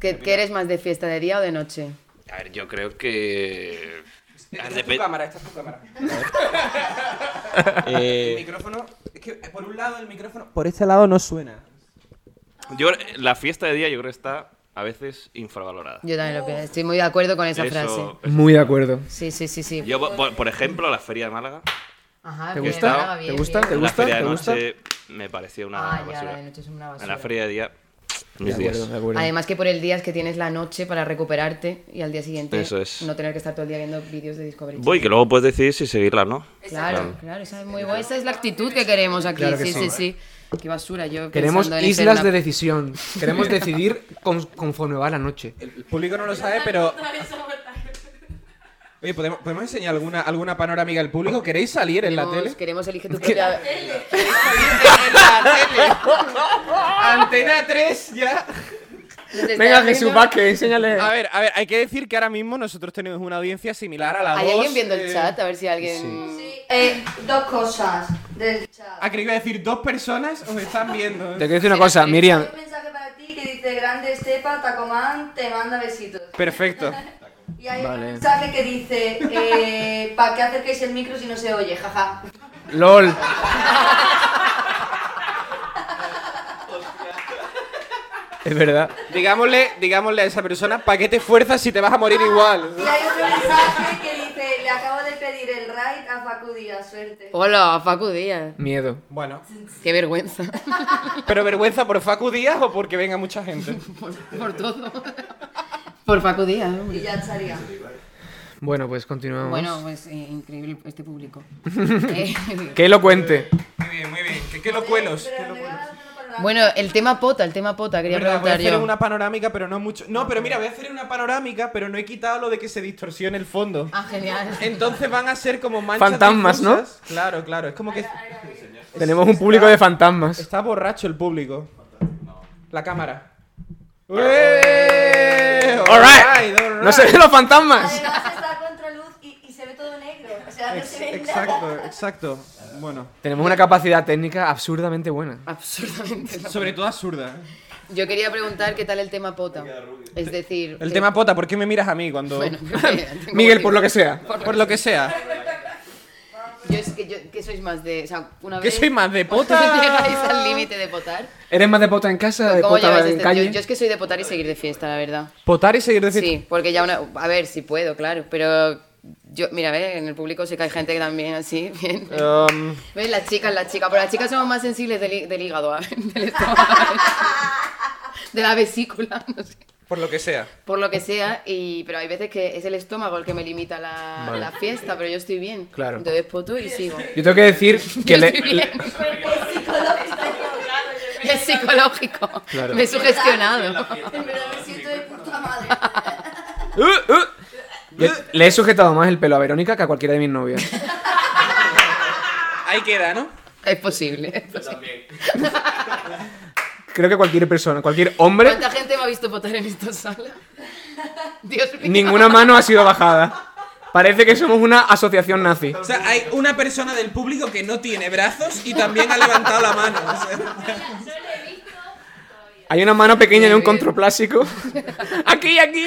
C: ¿Qué, qué eres más de fiesta de día o de noche?
H: A ver, yo creo que.
B: Esta es tu
H: Depe-
B: cámara, esta es tu cámara. El
A: Eh,
B: micrófono. Es que eh, por un lado el micrófono. Por este lado no suena.
H: yo, la fiesta de día yo creo que está a veces infravalorada.
C: Yo también lo pienso. Estoy muy de acuerdo con esa
H: Eso-
C: frase.
A: Muy de acuerdo.
C: Sí, sí, sí, sí.
H: Yo, por, por ejemplo, la feria de Málaga.
C: Ajá,
A: ¿Te
C: bien,
A: gusta?
C: ah,
A: ¿Te
C: bien,
A: gusta?
C: bien.
A: ¿Te
H: la
A: gusta?
H: feria
A: ¿Te
H: de
A: gusta?
H: noche me parecía una
C: Ah, ya,
H: basura.
C: la de noche es una
H: En
C: basura.
H: la feria de día,
A: De
H: mis
A: acuerdo,
H: días.
A: de acuerdo.
C: Además que por el día es que tienes la noche para recuperarte y al día siguiente
H: Eso es.
C: no tener que estar todo el día viendo vídeos de Discovery.
H: Voy, que luego puedes decidir si seguirla o no.
C: Claro, claro, esa es muy buena. Esa es la actitud que queremos aquí.
A: Claro que
C: sí,
A: sí.
C: sí, sí, Qué basura. Yo
A: Queremos
C: pensando en hacer
A: islas
C: una-
A: de decisión. Queremos decidir con- conforme va la noche.
B: El público no lo sabe, pero Oye, ¿podemos, podemos enseñar alguna, alguna panorámica al público? ¿Queréis salir en la
C: Queremos-
B: tele?
C: Queremos elige tu propia.
B: Antena 3 ya.
A: Venga, Jesús Vázquez, enséñale.
B: A ver, a ver, hay que decir que ahora mismo nosotros tenemos una audiencia similar a la 2.
C: ¿Hay alguien viendo el
B: eh,
C: chat? A ver si alguien.
E: Sí, eh, dos cosas del chat.
B: Ah, creí que iba a decir dos personas os están viendo.
A: Te
B: eh.
A: quiero decir una cosa, Miriam.
E: Hay un mensaje para ti que dice Grande Estepa, Tacomán, te manda besitos.
B: Perfecto.
E: Y hay
A: Vale.
E: un mensaje que dice eh, ¿Para qué acerquéis el micro si no se oye? Jaja.
A: LOL. es verdad.
B: Digámosle, digámosle a esa persona, ¿para qué te esfuerzas si te vas a morir igual?
E: Y hay otro mensaje que dice Le acabo de pedir el raid a Facu Díaz, suerte.
C: Hola, Facu Díaz.
A: Miedo.
B: Bueno,
C: Qué vergüenza.
B: pero vergüenza por Facu Díaz o porque venga mucha gente.
C: Por todo. Por Facu Díaz.
E: Y ya estaría.
A: Bueno, pues continuamos.
C: Bueno, pues eh, increíble este público. Eh,
A: Que lo cuente.
B: Muy bien, muy bien. Que, que lo cuelos.
E: Pero me voy a dar una palabra.
C: bueno, el tema pota, el tema pota, quería
B: Verdad, voy a
C: preguntar
B: hacer
C: yo.
B: una panorámica, pero no mucho. No, pero mira, voy a hacer una panorámica, pero no he quitado lo de que se distorsione el fondo.
C: Ah, genial.
B: Entonces van a ser como manchas
A: Fantasmas, ¿no?
B: difusas. Claro, claro. Es como que
A: Tenemos un público de fantasmas.
B: está borracho el público. La cámara.
C: Eh,
A: Alright. No se ven los fantasmas.
E: Además está contra luz y, y se ve todo negro. O sea, no se ve nada.
B: Exacto, exacto. Bueno.
A: Tenemos una capacidad técnica absurdamente buena.
C: Absurdamente.
B: Sobre todo absurda. ¿eh?
C: Yo quería preguntar qué tal el tema pota. Es decir.
B: El
C: eh,
B: tema pota, ¿por qué me miras a mí cuando.?
C: Bueno, tengo
A: Miguel,
C: motivo.
A: por lo que sea.
B: Por lo que sea.
C: Yo es que, yo, que sois más de. O sea, una
B: ¿Qué
C: vez.
B: soy más de
C: llegáis al
B: pota?
C: límite de potar.
A: ¿Eres más de pota en casa, de
C: ¿Cómo lleváis
A: pota en
C: este? Yo,
A: calle?
C: yo es que soy de potar y seguir de fiesta, la verdad.
B: Potar y seguir de fiesta.
C: Sí, porque ya una. A ver, si puedo, claro. Pero yo, mira, ve, en el público sé que hay gente que también así, bien.
B: Um,
C: ¿Ves? Las chicas, las chicas. Pero las chicas somos más sensibles del, hí- del hígado, a ver, del estómago. a ver. De la vesícula, no sé.
B: por lo que sea.
C: Por lo que sea, y, pero hay veces que es el estómago el que me limita la, la fiesta, pero yo estoy bien.
A: Claro.
C: Entonces poto y sigo.
A: Yo tengo que decir que
C: Yo
A: le,
C: estoy bien.
E: Pues,
C: Es psicológico.
A: Claro.
C: Me he sugestionado.
E: En verdad me siento de puta madre.
A: ¡Uh, uh! Yo le he sujetado más el pelo a Verónica que a cualquiera de mis novias.
B: Ahí queda, ¿no?
C: Es posible.
A: Creo que cualquier persona, cualquier hombre,
C: ¿Cuánta gente me ha visto potar en esta sala? Dios mío.
A: ninguna mano ha sido bajada. Parece que somos una asociación nazi.
B: O sea, hay una persona del público que no tiene brazos y también ha levantado la mano. o sea.
D: Yo lo he visto todavía.
A: Hay una mano pequeña en un
C: Muy bien.
A: controplástico. Aquí, aquí.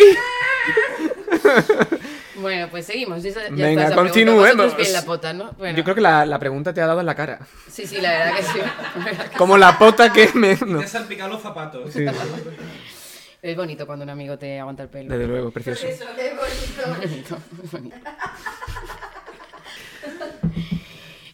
C: Bueno, pues seguimos. Esa- ya
A: Venga,
C: está esa pregunta.
A: continuemos.
C: Vosotros bien la pota, ¿no? Bueno.
A: Yo creo que la, la pregunta te ha dado en la cara.
C: Sí, sí, la verdad que sí. La verdad
A: Como la pota que me... no.
B: Te has salpicado los zapatos.
A: Sí,
C: que- Es bonito cuando un amigo te aguanta el pelo.
A: desde luego, precioso.
E: Qué bonito.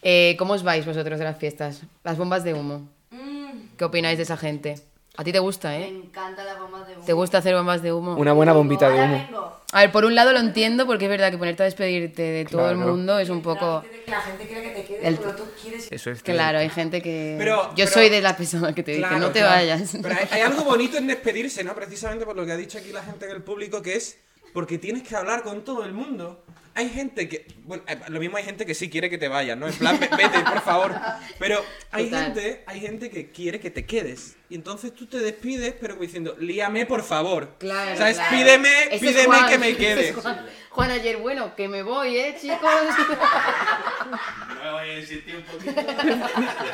C: Eh, ¿Cómo os vais vosotros de las fiestas? Las bombas de humo.
E: Mm,
C: ¿Qué opináis de esa gente? A ti te gusta,
E: me
C: ¿eh?
E: encantan las bombas de humo.
C: ¿Te gusta hacer bombas de humo?
A: Una buena bombita de
E: Ahora
A: humo.
E: vengo.
C: A ver, por un lado lo entiendo porque es verdad que ponerte a despedirte de todo el
A: Claro.
C: mundo es un poco...
G: Que la gente quiere que te quedes,
C: El-
G: pero tú quieres
A: Eso es.
C: Claro, hay gente que...
B: Pero-
C: Yo
B: pero-
C: soy de la persona que te dice,
B: Claro,
C: no te
B: claro.
C: vayas.
B: Pero hay, hay algo bonito en despedirse, ¿no? Precisamente por lo que ha dicho aquí la gente del público, que es porque tienes que hablar con todo el mundo. Hay gente que, bueno, eh, lo mismo hay gente que sí quiere que te vayas, ¿no? En plan, "Ve- vete, por favor. Pero hay
C: Total.
B: gente, hay gente que quiere que te quedes. Y entonces tú te despides, pero como diciendo, líame, por favor.
C: Claro,
B: ¿Sabes?
C: claro.
B: Pídeme,
C: Ese es
B: pídeme
C: Juan,
B: que me
C: ese
B: quede.
C: es Juan. Juan ayer, bueno, que me voy, ¿eh, chicos?
F: No voy a decir tiempo. que-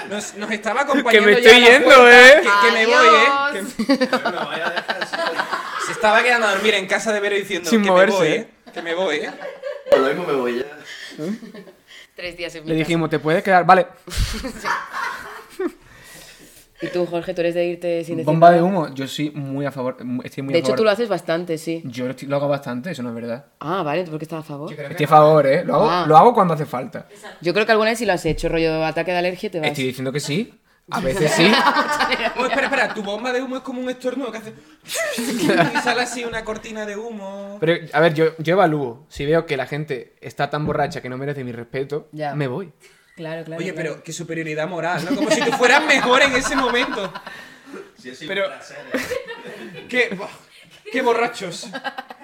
B: Nos, nos estaba acompañando
A: me
B: ya
A: estoy
B: a la
A: yendo,
B: puerta,
A: ¿eh?
B: Que, que me voy, ¿eh? Que-
C: Adiós.
F: No me vaya a dejar solo.
B: se estaba quedando a dormir en casa de Vero diciendo
A: Sin
B: que
A: moverse.
B: me voy, ¿eh? Que me voy, ¿eh?
F: Por lo mismo me voy ya.
C: Tres días en mi
A: Le
C: casa.
A: dijimos, te puedes quedar... Vale,
C: ¿Y tú, Jorge, tú eres de irte sin decir
A: bomba
C: nada?
A: de humo. Yo soy muy a favor. mu- Estoy muy
C: De
A: a
C: hecho,
A: favor.
C: tú lo haces bastante, sí.
A: Yo lo estoy- lo hago bastante, eso no es verdad.
C: Ah, vale, ¿por qué estás a favor?
A: Estoy a favor, ¿eh? Lo hago,
C: Ah.
A: lo hago cuando hace falta.
C: Yo creo que alguna vez sí lo has hecho, rollo ataque de alergia y te vas.
B: Eh,
A: Estoy diciendo que sí. A veces sí.
B: Oh, espera, espera, tu bomba de humo es como un estornudo que hace. Y sale así una cortina de humo.
A: Pero, a ver, yo, yo evalúo. Si veo que la gente está tan borracha que no merece mi respeto,
C: Ya.
A: me voy.
C: Claro, claro.
B: Oye,
C: claro.
B: pero qué superioridad moral, ¿no? Como si tú fueras mejor en ese momento.
F: Si es
B: Pero-
F: un placer. ¿eh?
B: Qué, buah, qué borrachos.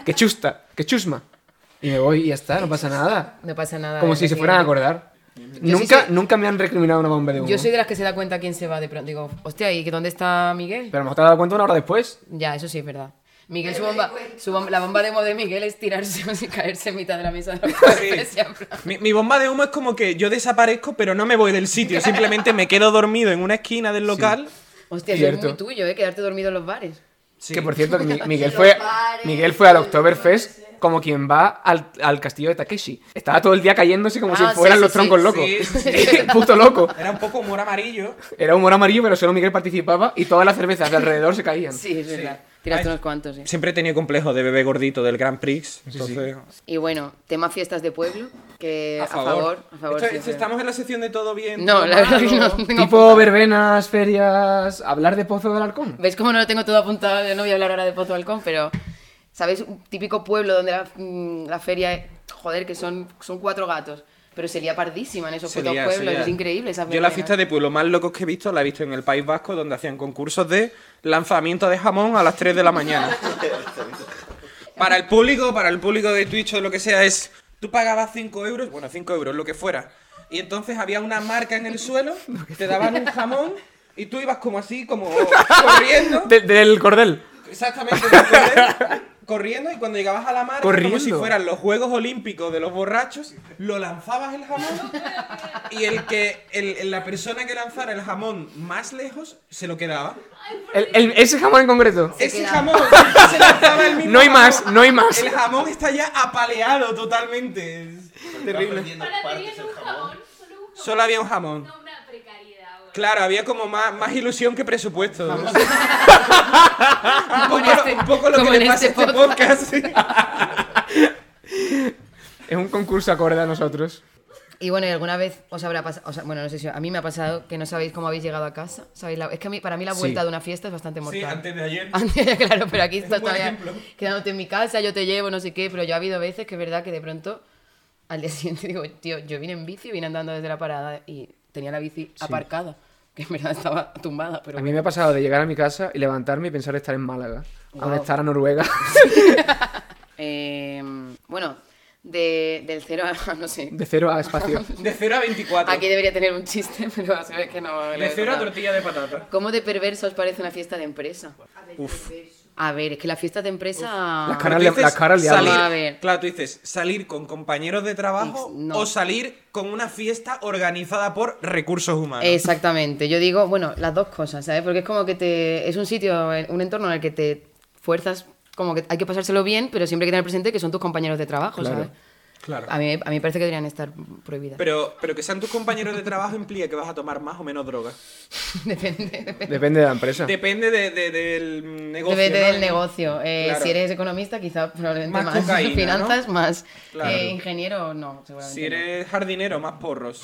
A: Que chusta, que chusma. Y me voy y ya está, no pasa nada.
C: No pasa nada. eh,
A: Como
C: es
A: si se
C: decir,
A: fueran a acordar.
C: sí
A: Nunca,
C: soy-
A: nunca me han recriminado una bomba de humo.
C: Yo soy de las que se da cuenta quién se va de pronto. Digo, hostia, ¿y que dónde está Miguel?
A: Pero a lo mejor te has dado cuenta una hora después.
C: Ya, eso sí es verdad. Miguel, su bomba, su bomba- la bomba de humo de Miguel es tirarse y caerse en mitad de la mesa de los golpes, en plan.
B: Mi, mi bomba de humo es como que yo desaparezco, pero no me voy del sitio. Simplemente me quedo dormido en una esquina del local.
C: Hostia, eso es
A: Cierto.
C: muy tuyo, ¿eh? Quedarte dormido en los bares.
A: Que por cierto, Mi- Miguel, fue, Miguel fue al Oktoberfest como quien va al, al castillo de Takeshi. Estaba todo el día cayéndose como
C: Ah,
A: si
C: sí,
A: fueran
C: sí,
A: los
C: sí,
A: troncos
C: sí.
A: locos.
B: Sí.
A: Puto loco.
B: Era un poco humor amarillo.
A: Era humor amarillo, pero solo Miguel participaba y todas las cervezas de alrededor se caían.
C: Sí, es verdad. Tiraste unos cuantos, sí.
B: Siempre he tenido complejo de bebé gordito del Grand Prix. Entonces,
C: Y bueno, tema fiestas de pueblo, que Eh, a favor, a favor,
B: Esto-
C: sí,
B: esto-
C: pero-
B: estamos en la sección de todo bien.
C: No,
B: todo
C: la verdad
B: malo.
C: que no tengo
A: Tipo verbenas, ferias, hablar de Pozo del Alarcón.
C: ¿Veis cómo no lo tengo todo apuntado? Yo no voy a hablar ahora de Pozo Balcón, pero ¿sabéis? Un típico pueblo donde la, mm, la feria, joder, que son, son cuatro gatos, pero sería pardísima en esos
B: Se
C: putos
B: lía, se
C: pueblos,
B: lía.
C: es increíble esa
B: Yo la fiesta de pueblo más locos que he visto la he visto en el País Vasco, donde hacían concursos de lanzamiento de jamón a las 3 de la mañana. para el público, para el público de Twitch o lo que sea, es. Tú pagabas 5 euros, bueno, 5 euros, lo que fuera. Y entonces había una marca en el suelo, te daban un jamón y tú ibas como así, como corriendo.
A: De- del cordel.
B: Exactamente, correr- corriendo y cuando llegabas a la marca,
A: Corriendo.
B: como si fueran los Juegos Olímpicos de los borrachos, lo lanzabas el jamón y el que el- la persona que lanzara el jamón más lejos se lo quedaba.
A: El- el- ese jamón en concreto.
B: Ese jamón se lanzaba el mismo.
A: No hay
B: jamón.
A: más, no hay más.
B: El jamón está ya apaleado totalmente. Es terrible.
D: Para tener un jamón, solo un jamón.
B: Solo había un jamón.
D: No una precariedad, güey.
B: Claro, había como más, más ilusión que presupuesto. un, poco lo, un poco lo
C: como
B: que
C: en
B: le pasa
C: este
B: a este podcast.
A: Es un concurso acorde a nosotros.
C: Y bueno, ¿y alguna vez os habrá pasado? O sea, bueno, no sé si a mí me ha pasado que no sabéis cómo habéis llegado a casa. ¿Sabéis la- Es que a mí, para mí la vuelta
A: Sí.
C: de una fiesta es bastante mortal.
B: Sí, antes de ayer.
C: Antes, claro, pero aquí estás
B: un buen
C: todavía
B: ejemplo.
C: quedándote en mi casa, yo te llevo, no sé qué, pero ya ha habido veces que es verdad que de pronto al día siguiente digo, tío, yo vine en bici, vine andando desde la parada y tenía la bici aparcada, que en verdad estaba tumbada, pero
A: A mí me ha pasado de llegar a mi casa y levantarme y pensar estar en Málaga.
C: Wow.
A: Aún estar a Noruega.
C: Eh, bueno, de- del cero a, no sé,
A: De cero a espacio.
B: De 0 a 24.
C: aquí debería tener un chiste, pero se ve que no... lo he
B: de 0 a
C: encontrado.
B: tortilla de patata.
C: ¿Cómo de perverso os parece una fiesta de empresa? A ver, es que las fiestas de empresa...
A: Las caras le-
B: Dices
A: las caras le
B: salir,
A: hablan.
C: A ver.
B: Claro, tú dices salir con compañeros de trabajo
C: Ex- no.
B: o salir con una fiesta organizada por recursos humanos.
C: Exactamente, yo digo, bueno, las dos cosas, ¿sabes? Porque es como que te, es un sitio, en- un entorno en el que te fuerzas, como que hay que pasárselo bien, pero siempre hay que tener presente que son tus compañeros de trabajo,
A: Claro,
C: ¿sabes?
B: claro.
C: A mí, a mí me parece que deberían estar prohibidas.
B: Pero, pero que sean tus compañeros de trabajo implica que vas a tomar más o menos droga.
A: Depende de la empresa.
B: Depende de- de- del negocio.
C: Depende
B: ¿no?
C: del negocio. Eh,
B: Claro.
C: Si eres economista, quizá probablemente
B: Más
C: más.
B: cocaína, ¿no?
C: Finanzas, más.
B: Claro.
C: Eh, ingeniero, no, seguramente.
B: Si
C: no.
B: eres jardinero, más porros.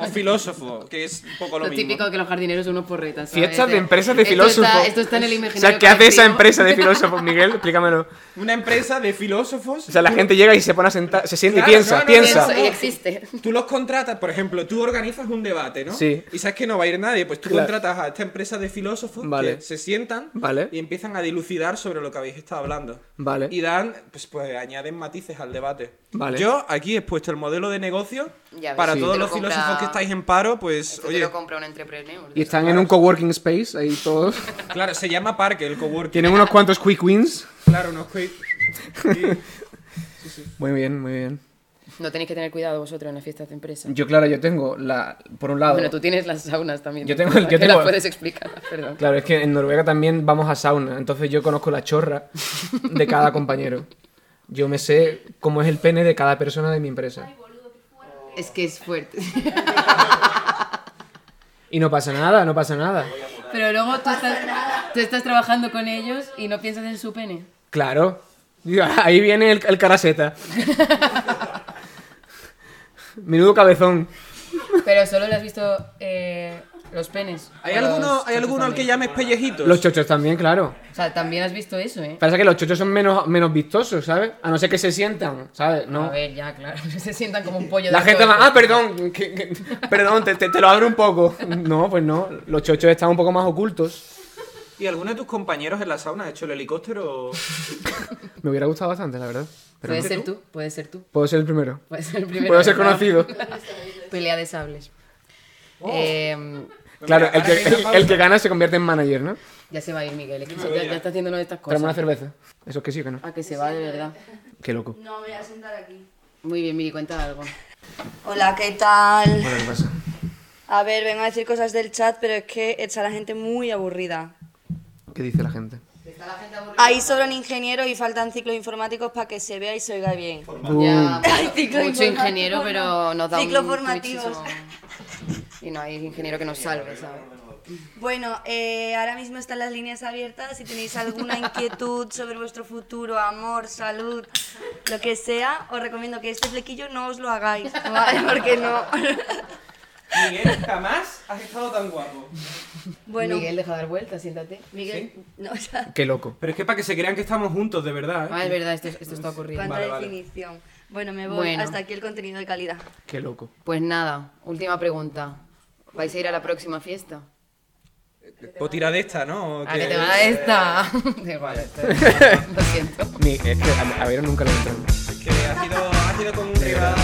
B: o filósofo, que es un poco lo,
C: Lo
B: mismo.
C: típico que los jardineros son unos porretas. ¿sabes?
A: Fiestas de
C: Eh,
A: empresas de
C: esto está-
A: filósofos.
C: Esto está en el
A: O
C: imaginario.
A: sea, ¿qué hace esa
C: colectivo.
A: empresa de filósofos, Miguel? Explícamelo.
B: Una empresa de filósofos.
A: O sea, la gente llega y se pone a sentar, se siente
B: Claro,
A: y piensa,
B: no, no,
A: piensa.
C: Pienso, Y existe.
B: Tú los contratas, por ejemplo, tú organizas un debate, ¿no?
A: Sí.
B: Y sabes que no va a ir nadie, pues tú
A: Claro.
B: contratas a esta empresa de filósofos
A: Vale.
B: que se sientan
A: Vale.
B: y empiezan a dilucidar sobre lo que habéis estado hablando.
A: Vale.
B: Y dan, pues, pues añaden matices al debate.
A: Vale.
B: Yo aquí he puesto el modelo de negocio
C: Ya ves.
B: para
C: Sí.
B: todos
C: Te lo
B: los filósofos
C: compra-
B: que estáis en paro, pues,
C: Esto te
B: oye,
C: lo compra un entrepreneur.
A: Y están en un coworking space, ahí todos.
B: claro, se llama parque el coworking,
A: Tienen unos cuantos quick wins.
B: claro, unos quick.
A: Muy bien, muy bien.
C: No tenéis que tener cuidado vosotros en las fiestas de empresa.
A: Yo, claro, yo tengo la. Por un lado.
C: Bueno, tú tienes las saunas también.
A: Yo tengo-
C: ¿verdad?
A: yo
C: Que
A: tengo-
C: las puedes explicar, perdón.
A: Claro, es que en Noruega también vamos a sauna, entonces yo conozco la chorra de cada compañero. Yo me sé cómo es el pene de cada persona de mi empresa.
C: Es que es fuerte.
A: Y no pasa nada, no pasa nada.
C: Pero luego tú estás, tú estás trabajando con ellos y no piensas en su pene.
A: Claro. Digo, Ahí viene el, el caraseta. Menudo cabezón.
C: Pero solo le has visto eh, los penes.
B: ¿Hay
C: O los
B: alguno, ¿hay
C: chochos
B: alguno al que
C: también.
B: llames pellejitos?
A: Los chochos también, claro.
C: O sea, también has visto eso, ¿eh?
A: Pasa que los chochos son menos, menos vistosos, ¿sabes? A no ser que se sientan, ¿sabes?
C: A
A: No.
C: ver, ya, claro. Se sientan como un pollo.
A: La
C: de
A: gente va,
C: fuego.
A: ah, perdón, que- que- perdón, te, te- te lo abro un poco. No, pues no, los chochos están un poco más ocultos.
B: ¿Y alguno de tus compañeros en la sauna ha hecho el helicóptero?
A: Me hubiera gustado bastante, la verdad. Pero
C: Puede
A: no.
C: ser tú, puede ser tú.
A: Puedo ser el primero.
C: Puede ser el primero.
A: Puedo ser
C: ¿verdad?
A: conocido.
C: Pelea de sables. Eh,
A: Claro,
B: Mira,
A: el
B: ahora
A: que,
B: que hizo
A: el-
B: pausa.
A: el que gana se convierte en manager, ¿no?
C: ya se va a ir Miguel, es que ya, ya está haciendo una de estas
A: Traemos una
C: cosas.
A: cerveza. Eso es que sí o que no.
C: A que se va de verdad.
A: Qué loco.
E: No, me voy a sentar aquí.
C: Muy bien, Miri, cuenta algo.
E: Hola, ¿qué tal?
A: Bueno, ¿qué pasa?
E: A ver, vengo a decir cosas del chat, pero es que está la gente muy aburrida.
A: ¿Qué dice la gente?
E: Ahí sobran ingenieros y faltan ciclos informáticos para que se vea y se oiga bien.
C: Ya,
E: Ay,
C: mucho,
E: ciclo
C: mucho
E: informativo,
C: ingeniero,
E: no.
C: pero nos da
E: Ciclos
C: un
E: formativos.
C: twitchizo. Y no hay ingeniero que nos salve, ¿sabes?
E: Bueno, eh, ahora mismo están las líneas abiertas. Si tenéis alguna inquietud sobre vuestro futuro, amor, salud, lo que sea, os recomiendo que este flequillo no os lo hagáis, ¿vale? Porque no.
B: Miguel, jamás has estado tan guapo.
E: Bueno,
C: Miguel, deja dar vueltas, siéntate.
E: Miguel, no, o sea,
A: Qué loco.
B: Pero es que para que se crean que estamos juntos, de verdad. ¿eh?
C: Ah, es verdad, esto, esto está ocurriendo.
E: cuánta
B: Vale, vale.
E: definición. Bueno, me voy.
C: Bueno.
E: Hasta aquí el contenido de calidad.
A: Qué loco.
C: Pues nada, última pregunta. ¿Vais a ir a la próxima fiesta?
B: Pues tira de esta, ¿no?
C: ¿A Ah, que te va esta? Da igual, esto es- lo siento.
A: Ni, es que a, a ver nunca lo entrado.
B: Que ha sido, ha sido como un rival.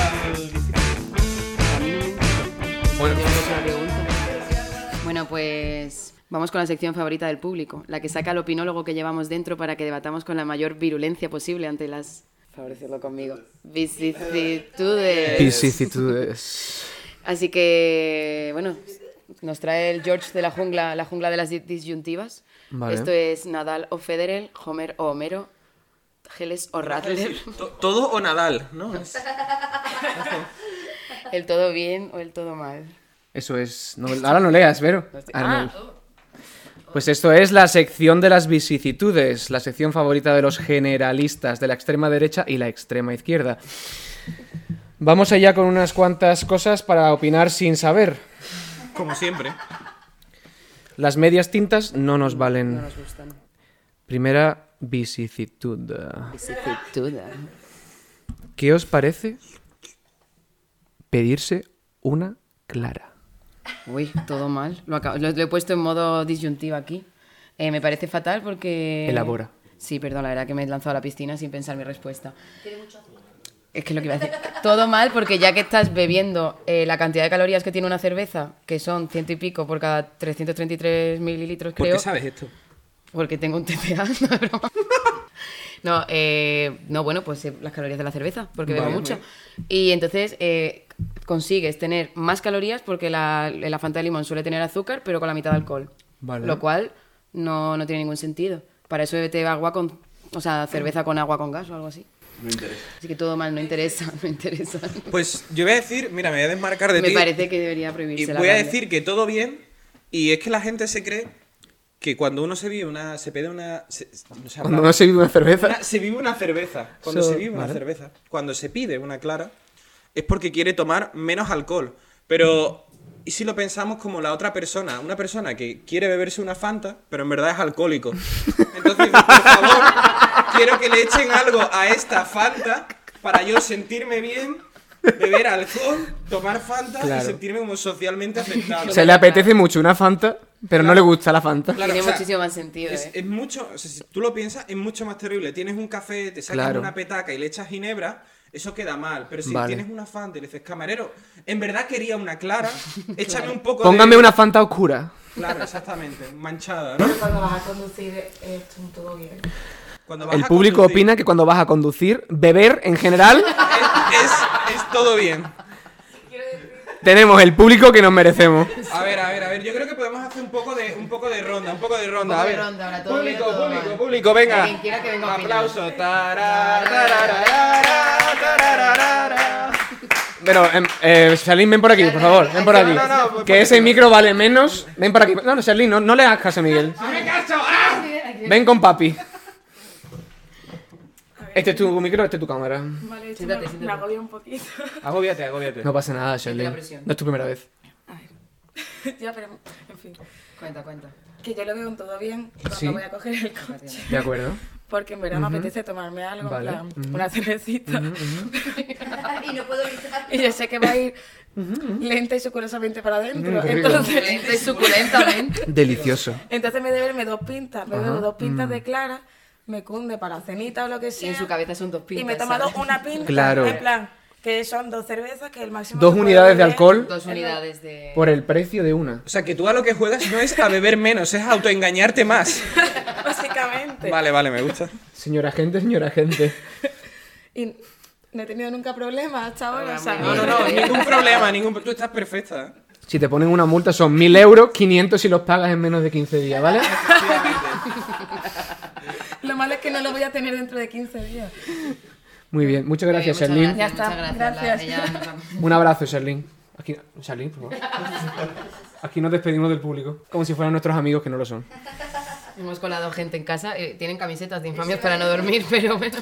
A: Bueno,
C: Yo no sé la pregunta. Bueno, pues vamos con la sección favorita del público, la que saca al opinólogo que llevamos dentro para que debatamos con la mayor virulencia posible ante las... Favorecerlo conmigo. Vicisitudes.
A: vicisitudes.
C: Así que, bueno, nos trae el George de la jungla, la jungla de las di- disyuntivas.
A: Vale.
C: Esto es Nadal o Federer, Homer o Homero, Geles o Rattler,
B: To- Todo o Nadal, ¿no? Es-
C: el todo bien o el todo mal.
A: Eso es. no- ahora no leas, Vero.
C: No estoy-
A: Ahora no leas.
C: Ah, oh.
A: Pues esto es la sección de las vicisitudes, la sección favorita de los generalistas de la extrema derecha y la extrema izquierda. Vamos allá con unas cuantas cosas para opinar sin saber.
B: Como siempre.
A: Las medias tintas no nos valen.
C: no nos gustan.
A: Primera vicisitud.
C: Vicituda.
A: ¿Qué os parece pedirse una clara?
C: Uy, todo mal. Lo, acabo- lo- lo he puesto en modo disyuntiva aquí. Eh, me parece fatal porque...
A: Elabora.
C: Sí, perdón, la verdad que me he lanzado a la piscina sin pensar mi respuesta. Es que es lo que iba a decir. Todo mal porque ya que estás bebiendo eh, la cantidad de calorías que tiene una cerveza, que son ciento y pico por cada 333 mililitros,
B: ¿Por
C: creo.
B: qué sabes esto?
C: Porque tengo un TPA, no es broma. No, eh, no, bueno, pues eh, las calorías de la cerveza, porque bebo
A: Vale,
C: mucho. Y entonces eh, consigues tener más calorías porque la, la Fanta de limón suele tener azúcar, pero con la mitad de alcohol.
A: Vale.
C: Lo cual no, no tiene ningún sentido. Para eso bebete agua con... O sea, cerveza con agua con gas o algo así.
F: No interesa.
C: Así que todo mal, no interesa, no interesa.
B: Pues yo voy a decir, mira, me voy a desmarcar de
C: Me
B: ti.
C: parece que debería
B: Y
C: prohibirse la
B: voy a
C: grande.
B: decir que todo bien. Y es que la gente se cree que cuando uno se vive una. Se pide una. se- no sé,
A: Cuando no se vive una cerveza.
B: Una- se vive una cerveza. Cuando
A: So-
B: se vive una
A: vale.
B: cerveza. Cuando se pide una clara, es porque quiere tomar menos alcohol. Pero, ¿y si lo pensamos como la otra persona? Una persona que quiere beberse una Fanta, pero en verdad es alcohólico. Entonces, por favor, quiero que le echen algo a esta Fanta para yo sentirme bien, beber alcohol, tomar Fanta
A: Claro.
B: y sentirme como socialmente aceptable.
A: Se le apetece mucho una Fanta, pero no le gusta la Fanta.
B: Claro,
C: Tiene
B: o sea,
C: muchísimo más sentido,
B: es,
C: ¿eh?
B: es mucho, o sea, si tú lo piensas, es mucho más terrible. Tienes un café, te sacas
A: Claro.
B: una petaca y le echas ginebra, eso queda mal. Pero si
A: Vale.
B: tienes una Fanta y le dices, camarero, en verdad quería una clara, échame un poco
A: Póngame
B: de...
A: una Fanta oscura.
B: Claro, exactamente, manchada, ¿no?
G: Cuando vas a conducir es un todo bien.
B: Cuando vas
A: El
B: a
A: público
B: conducir,
A: opina que cuando vas a conducir, beber en general,
B: Es, es- es todo bien.
A: tenemos el público que nos merecemos.
B: A ver, a ver, a ver, yo creo que podemos hacer un poco de, un poco de ronda, un poco de ronda.
C: poco
B: a
C: de
B: ver.
C: ronda, ahora todo
B: público,
C: bien, todo
B: público,
C: mal.
B: público, venga.
C: Alguien quiera que venga a opinar.
B: Aplauso. Tarara, tarara, tarara, tarara.
A: Pero em, eh, Charlene, ven por aquí, por favor, ven por aquí.
B: No, no, pues, no,
A: Que ese micro vale menos. Ven por aquí. No, no, Charlene, no, no le hagas caso a Miguel.
B: ah!
A: Ven con papi. Este es tu micro, este es tu cámara.
G: Vale, esto
C: Siéntate,
G: me,
C: siéntate.
G: me agobia un poquito.
B: Agobiate, agobiate.
A: No pasa nada,
C: Siente la
A: Charlene.
C: presión.
A: No es tu primera vez.
G: ya, pero en fin.
C: Cuenta, cuenta.
G: Que yo lo veo un todo bien cuando
A: Sí.
G: voy a coger el coche.
A: De acuerdo.
G: Porque en verdad me apetece tomarme algo, en
A: Vale.
G: plan, una cervecita.
E: y no puedo evitar.
G: Y yo sé que va a ir lenta y sucurosamente para adentro.
A: Mm, qué rico.
G: Entonces,
C: Lenta y suculentamente.
A: Delicioso.
G: entonces me debe verme dos pintas, me
A: Ajá, Mm.
G: bebo dos pintas de clara, me cunde para cenita o lo que
C: Y
G: sea.
C: en su cabeza son dos pintas.
G: y me he tomado
C: ¿sabes?
G: una pinta.
A: Claro.
G: En plan, que son dos cervezas, que el máximo.
A: Dos
G: que puedo
A: unidades de
G: beber-
A: alcohol
C: Dos unidades de.
A: por el precio de una.
B: O sea, que tú a lo que juegas no es a beber menos, es a autoengañarte más.
G: Básicamente.
B: Vale, vale, me gusta.
A: Señora gente, señora gente.
G: Y no he tenido nunca problemas hasta ahora. o sea,
B: No, no, no, ningún problema, ningún... Tú estás perfecta.
A: Si te ponen una multa son 1000 euros, 500 si los pagas en menos de 15 días, ¿vale?
G: Lo malo es que no lo voy a tener dentro de 15 días.
A: Muy bien, muchas gracias, Sherlyn.
C: Ya
G: Ya
C: está.
G: está.
C: Muchas gracias.
G: Gracias.
C: Laura. Ya nos-
A: Un abrazo, Sherlyn. Aquí, Sherlyn, por favor. Aquí nos despedimos del público, como si fueran nuestros amigos que no lo son.
C: Hemos colado gente en casa. eh, tienen camisetas de infamias para no dormir, pero bueno.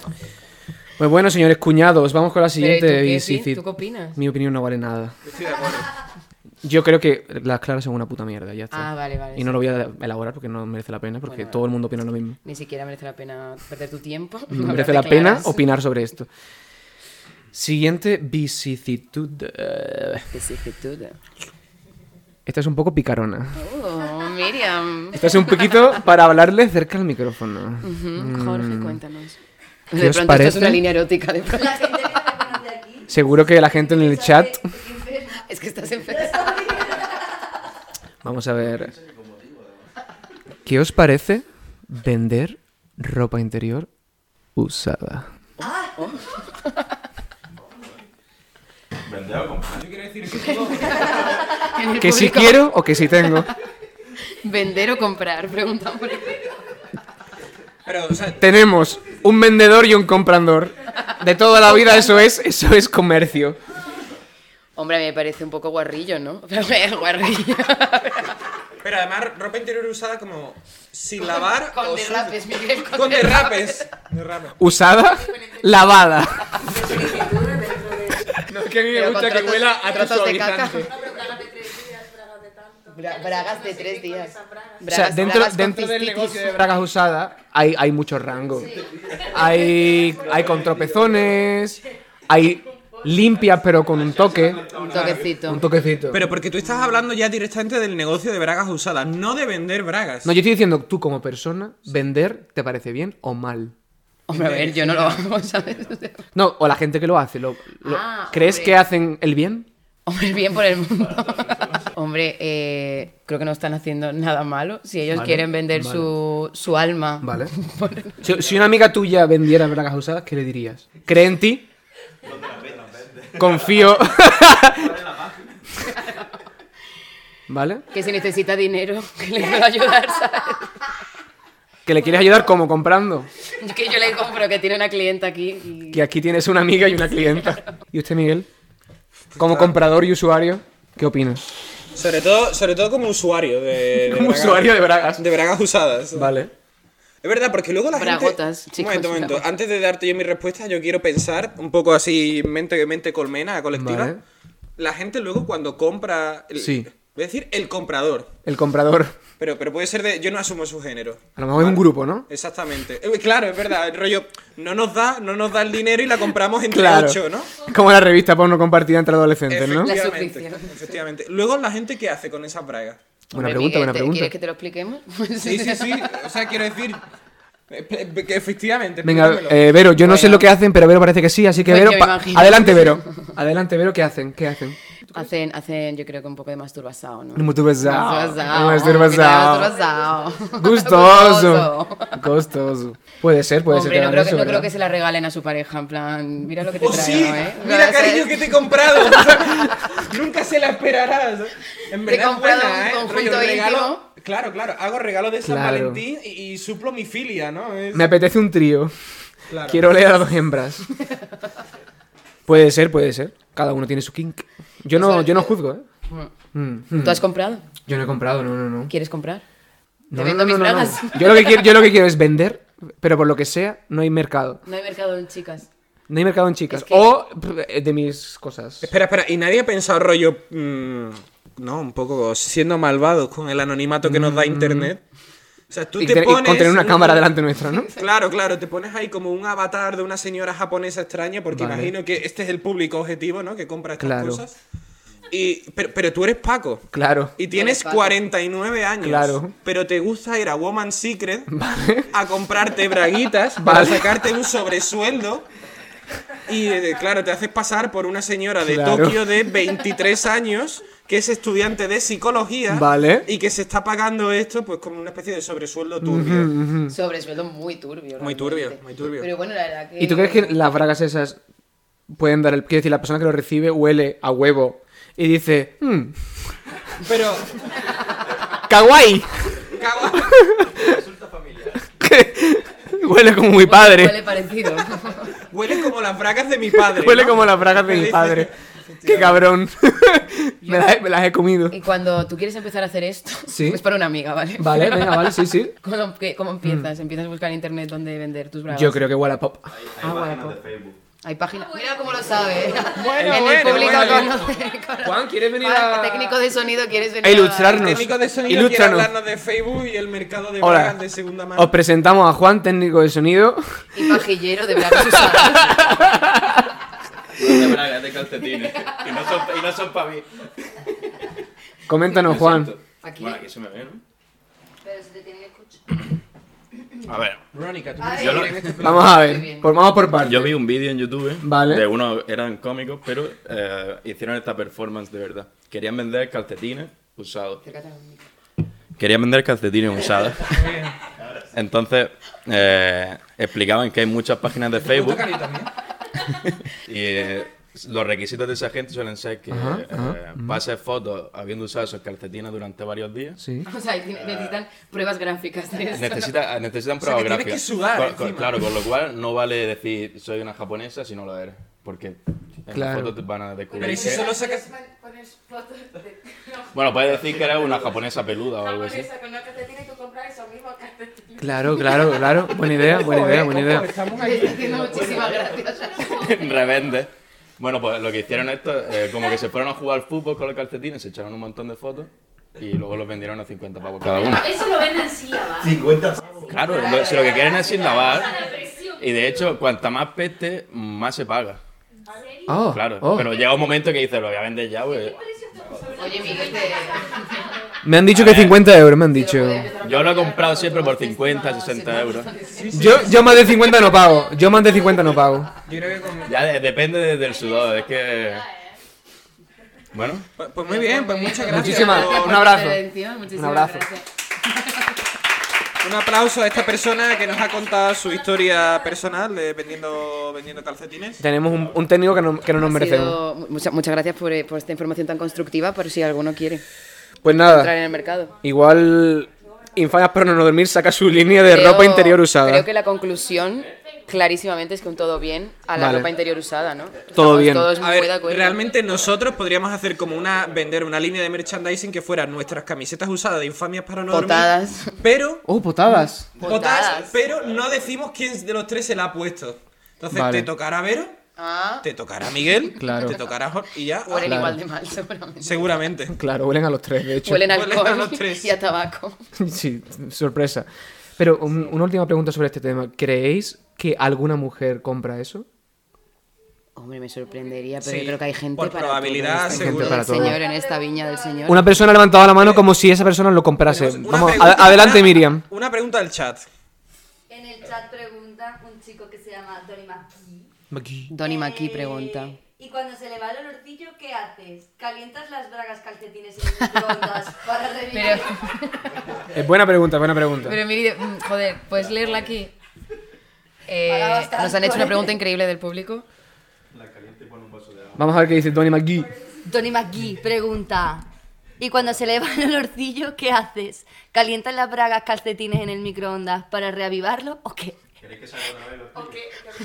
A: Pues bueno, señores cuñados, vamos con la
C: Pero, ¿y tú
A: siguiente
C: qué,
A: visit.
C: Pi? ¿Tú qué opinas?
A: Mi opinión no vale nada.
B: Estoy de acuerdo.
A: Yo creo que las claras son una puta mierda, ya está.
C: Ah, vale, vale.
A: Y no lo voy a elaborar porque no merece la pena, porque
C: Bueno, vale.
A: todo el mundo opina lo mismo.
C: Ni siquiera merece la pena perder tu tiempo.
A: No
C: Hablar
A: merece
C: de
A: la pena
C: claras.
A: opinar sobre esto. Siguiente vicisitud. eh,
C: Vicisitud.
A: Esta es un poco picarona.
C: Oh, Miriam.
A: Esta es un poquito para hablarle cerca al micrófono.
C: Ujú, Jorge, cuéntanos.
A: Mm. ¿Qué
C: de
A: os
C: pronto esto
A: parece?
C: es una línea erótica. De pronto.
E: La gente que está poniendo aquí.
A: Seguro que la gente en el chat.
C: Es que estás enferma.
A: Vamos a ver. ¿Qué os parece vender ropa interior usada?
F: Vender o comprar.
C: En el
A: Que si
C: público.
A: quiero o que si tengo.
C: Vender o comprar, pregunta por
B: Pero, o sea,
A: Tenemos un vendedor y un comprador. De toda la vida eso es, eso es comercio.
C: Hombre, a mí me parece un poco guarrillo, ¿no? guarrillo.
B: pero además ropa interior usada como sin lavar
C: Con
B: o sucia.
C: derrapes, Miguel. Con,
B: Oh, Con
C: derrapes.
B: derrapes. Derrapes.
A: Usada, lavada. No, es que a mí
C: Pero con trozos- trozos de caca.
A: suavizante.
C: Bra- bragas de tres días.
A: O sea,
C: Bragas-
A: dentro,
C: bragas con
A: dentro del
C: cistitis.
A: negocio de bragas usadas hay, hay mucho rango. Hay, hay con tropezones, hay limpias pero con un toque.
C: Un toquecito.
A: Un toquecito.
B: Pero porque tú estás hablando ya directamente del negocio de bragas usadas, no de vender bragas.
A: No, yo estoy diciendo, tú como persona, vender te parece bien o mal.
C: Hombre, a ver, yo no lo hago, ¿sabes?
A: No, o la gente que lo hace. Lo, lo-
C: Ah,
A: ¿Crees
C: hombre.
A: que hacen el bien?
C: Hombre, bien por el mundo. Hombre, eh, creo que no están haciendo nada malo. Si ellos quieren vender su, su alma.
A: Vale. Si, si una amiga tuya vendiera bragas usadas, ¿qué le dirías? ¿Cree en ti? Confío. ¿Vale?
C: Que si necesita dinero, que le pueda ayudar, ¿sabes?
A: ¿Que le quieres ayudar como comprando?
C: Que yo le compro, que tiene una clienta aquí. y-
A: Que aquí tienes una amiga y una clienta. ¿Y usted, Miguel? Como comprador y usuario, ¿qué opinas?
B: Sobre todo, sobre todo como usuario de, de
A: Como
B: bragas-
A: usuario de bragas.
B: de bragas usadas.
A: Vale.
B: Es verdad, porque luego la
C: Bragotas,
B: gente...
C: chicos,
B: un momento, un momento.
C: bragotas.
B: Antes de darte yo mi respuesta, yo quiero pensar un poco así, mente, mente colmena, colectiva.
A: Vale.
B: La gente luego cuando compra... el-
A: Sí.
B: Voy a decir el comprador.
A: El comprador.
B: Pero, pero puede ser de... Yo no asumo su género.
A: A lo mejor es un grupo, ¿no?
B: Exactamente. Eh, Claro, es verdad. El rollo no nos da, no nos da el dinero y la compramos entre
A: Claro.
B: ocho, ¿no?
A: Como la revista porno compartida entre adolescentes, ¿no?
C: La
B: Efectivamente,
C: suscripción.
B: efectivamente. Luego la gente qué hace con esas bragas.
A: Buena
C: Hombre,
A: pregunta,
C: Miguel,
A: buena
C: ¿te-
A: pregunta.
C: ¿Quieres que te lo expliquemos?
B: Sí, sí, sí. O sea, quiero decir. eh, pe- que Efectivamente.
A: Venga,
B: explícamelo.
A: eh, Vero, yo no sé
C: Bueno.
A: lo que hacen, pero Vero parece que sí, así que
C: Pues
A: Vero,
C: yo me
A: pa-
C: imagino.
A: adelante Vero, adelante Vero, ¿qué hacen? ¿Qué hacen?
C: Hacen, hacen, yo creo que un poco de masturbasao, ¿no?
A: Masturbasao,
C: Masturbasao.
A: masturbasao.
C: Masturbasao.
A: Gustoso, gustoso. Puede ser, puede ser.
C: Hombre,
A: que
C: no
A: hagan
C: creo, que,
A: eso,
C: no creo
A: ¿verdad?
C: que se la regalen a su pareja, en plan, mira lo que te
B: ¡Oh,
C: traigo,
B: sí!
C: ¿eh?
B: Mira,
C: ¿Sabes?
B: cariño, que te he comprado. O sea, nunca se la esperarás. En
C: Te he
B: verdad, es
C: comprado
B: buena,
C: un
B: ¿eh?
C: conjunto
B: Rollo, regalo-
C: íntimo.
B: Claro, claro. Hago regalo de San
A: Claro.
B: Valentín y, y suplo mi filia, ¿no? Es-
A: Me apetece un trío.
B: claro.
A: Quiero leer a dos hembras. puede ser, puede ser. Cada uno tiene su kink. Yo no, yo no juzgo, ¿eh? Mm, mm.
C: ¿Tú has comprado?
A: Yo no he comprado, no, no, no.
C: ¿Quieres comprar? Te
A: No, no,
C: vendo
A: no,
C: mis
A: no, no.
C: bragas.
A: Yo lo que quiero, yo lo que quiero es vender, pero por lo que sea, no hay mercado.
C: No hay mercado en chicas.
A: No hay mercado en chicas.
C: Es que-
A: O pff, de mis cosas.
B: Espera, espera, y nadie ha pensado rollo, mm, no, un poco siendo malvados con el anonimato que nos da internet. O sea, tú
A: Y,
B: te
A: te- Mm. y
B: pones.
A: con tener una
B: un-
A: cámara delante nuestra, ¿no?
B: Claro, claro, te pones ahí como un avatar de una señora japonesa extraña, porque
A: Vale.
B: imagino que este es el público objetivo, ¿no? Que compra estas
A: Claro.
B: cosas. Y, pero, pero tú eres Paco.
A: Claro.
B: Y tienes 49 años.
A: Claro.
B: Pero te gusta ir a Woman's Secret a comprarte braguitas para
A: Vale.
B: sacarte un sobresueldo. Y eh, claro, te haces pasar por una señora de
A: Claro.
B: Tokio de 23 años que es estudiante de psicología
A: Vale.
B: y que se está pagando esto pues como una especie de sobresueldo turbio.
A: Mm.
C: Sobre sueldo muy turbio.
B: Muy
C: realmente.
B: turbio, muy turbio.
C: Pero bueno, la verdad que.
A: ¿Y tú crees que las bragas esas pueden dar el... Quiero decir, la persona que lo recibe huele a huevo y dice... "Mm,
B: Pero
A: ¡Kawaii!
B: Kawa-
A: huele como mi
C: Huele-
A: padre.
C: Huele parecido.
B: huele como las bragas de mi padre.
A: Huele
B: ¿no?
A: como las bragas de mi padre. ¡Qué cabrón! me, las, he- me las he comido.
C: y cuando tú quieres empezar a hacer esto,
A: Sí.
C: es para una amiga, ¿vale?
A: Vale, venga, vale, sí, sí.
C: ¿Cómo, qué- cómo empiezas? ¿Empiezas a buscar en internet dónde vender tus bragas?
A: Yo creo que Wallapop.
C: Ah, guapo. Hay páginas. Ah, Mira cómo lo sabe.
B: Bueno,
C: en el
B: bueno,
C: público
B: bueno.
C: conoce- conoce-
A: Juan, ¿quieres venir
C: Juan,
A: a...?
C: técnico de sonido, ¿quieres venir
A: A ilustrarnos.
B: El técnico de sonido quiere
A: Ilústranos.
B: hablarnos de Facebook y el mercado de
A: Hola.
B: bragas de segunda mano.
A: Os presentamos a Juan, técnico de sonido.
C: Y pajillero de bragas usadas.
F: De bragas, de calcetines. Y no son, y no son para mí.
A: Coméntanos, Juan.
C: Aquí.
F: Bueno, aquí se me ve, ¿no?
E: Pero se te tiene que escuchar.
H: A ver,
B: Verónica, tú tienes
H: yo, lo-
A: Vamos a ver.
C: bien.
A: Por, vamos por partes.
F: Yo vi un vídeo en YouTube ¿eh?
A: Vale.
F: de unos, eran cómicos, pero eh, hicieron esta performance de verdad. Querían vender calcetines usados. Querían vender calcetines usados. Entonces, eh, explicaban que hay muchas páginas de Facebook y eh, los requisitos de esa gente suelen ser que
A: Ajá,
F: eh,
A: ajá,
F: pases fotos habiendo usado esos calcetines durante varios días.
A: Sí.
C: O sea,
A: Ah.
C: tiene- necesitan pruebas gráficas de eso.
F: Necesita,
B: sea, que
F: necesitan pruebas
B: tienes que
F: gráficas.
B: sudar
F: Con- con-
B: encima.
F: claro, con lo cual no vale decir soy una japonesa si no lo eres. Porque en la
A: Claro.
F: foto te van a descubrir.
B: Pero ¿y si
F: que-
B: solo sacas-
G: Pones fotos de
F: Bueno, puedes decir que eres una japonesa peluda o algo así.
G: japonesa con una calcetina y tú compras esos mismos calcetines.
A: Claro, claro, claro. Buena idea, buena idea, buena idea.
C: Le está haciendo muchísimas gracias.
F: Revende. Bueno, pues lo que hicieron esto, eh, como que se fueron a jugar al fútbol con los calcetines, se echaron un montón de fotos y luego los vendieron a 50 pavos cada uno.
D: Eso lo venden sí, abajo.
F: Claro, lo- si lo que quieren es innovar.
D: La presión.
F: Y de hecho, cuanta más peste, más se paga.
A: Oh,
F: Claro,
A: oh.
F: pero llega un momento que dices, lo voy a vender ya, pues.
C: Oye, Miguel, te...
A: Me han dicho que 50 euros, me han dicho.
F: Yo lo he comprado siempre por 50, 60 euros.
A: Yo, yo más de 50 no pago. Yo más de 50 no pago.
B: Yo creo que con-
F: Ya de- depende de- del sudor, es que. Bueno,
B: Pues, pues muy bien, pues muchas gracias.
A: Muchísimas-
B: por-
A: un abrazo.
C: Intervención, muchísimas
A: Un abrazo.
C: gracias.
B: Un aplauso a esta persona que nos ha contado su historia personal de vendiendo, vendiendo calcetines.
A: Tenemos un, un técnico que no, que no nos
C: Ha
A: merecemos.
C: sido- mu- mucha- muchas gracias por, eh, por esta información tan constructiva, por si alguno quiere
A: Pues
C: entrar
A: nada,
C: en el mercado.
A: igual Infamas para no dormir saca su línea de ropa
C: Creo-
A: interior
C: Creo
A: usada.
C: que la conclusión clarísimamente es que un todo bien a la
A: Vale.
C: ropa interior usada, ¿no? Todo
A: bien.
C: Todos
B: A
C: muy
B: ver,
C: de Pues acuerdo.
B: realmente nosotros podríamos hacer como una vender una línea de merchandising que fuera nuestras camisetas usadas de infamias para no dormir,
C: Potadas.
B: pero
A: Oh, potadas.
B: botadas,
C: Botadas.
B: pero no decimos quién de los tres se la ha puesto. Entonces
A: Vale.
B: te tocará Vero,
C: Ah,
B: te tocará Miguel,
A: Claro.
B: te tocará Jorge y ya.
C: huelen
A: Claro.
C: igual de mal, seguramente.
B: Seguramente.
A: Mm. Claro, huelen a los tres, de hecho.
C: Huelen a
B: Huelen a
C: alcohol
B: los tres.
C: y a tabaco.
A: Sí, sorpresa. Pero un- una última pregunta sobre este tema. ¿Creéis que alguna mujer compra eso?
C: Hombre, me sorprendería, pero
B: Sí,
C: yo creo que hay gente
B: por
C: para
B: probabilidad,
C: todo en esta
A: seguro. Gente para
C: viña del
A: todo.
C: Señor, en esta viña del señor.
A: Una persona ha levantado la mano como si esa persona lo comprase.
B: Tenemos una
A: Vamos,
B: pregunta-
A: ad- adelante
B: una-
A: Miriam.
B: Una pregunta al chat.
E: En el chat pregunta un chico que se llama Tony McKee.
C: Donny Maki
E: Eh,
C: pregunta.
E: Y cuando se le va el olorcillo, ¿qué haces? ¿Calientas las bragas calcetines en el microondas para revivir?
C: Pero,
A: Es Eh, buena pregunta, buena pregunta.
C: pero Miri, mm, joder, ¿puedes leerla aquí? Eh,
E: Para bastante.
C: nos han hecho una pregunta increíble del público.
A: Vamos a ver qué dice Tony McGee.
E: Tony McGee pregunta. Y cuando se le va el olorcillo, ¿qué haces? ¿Calientas las bragas calcetines en el microondas para reavivarlo o qué?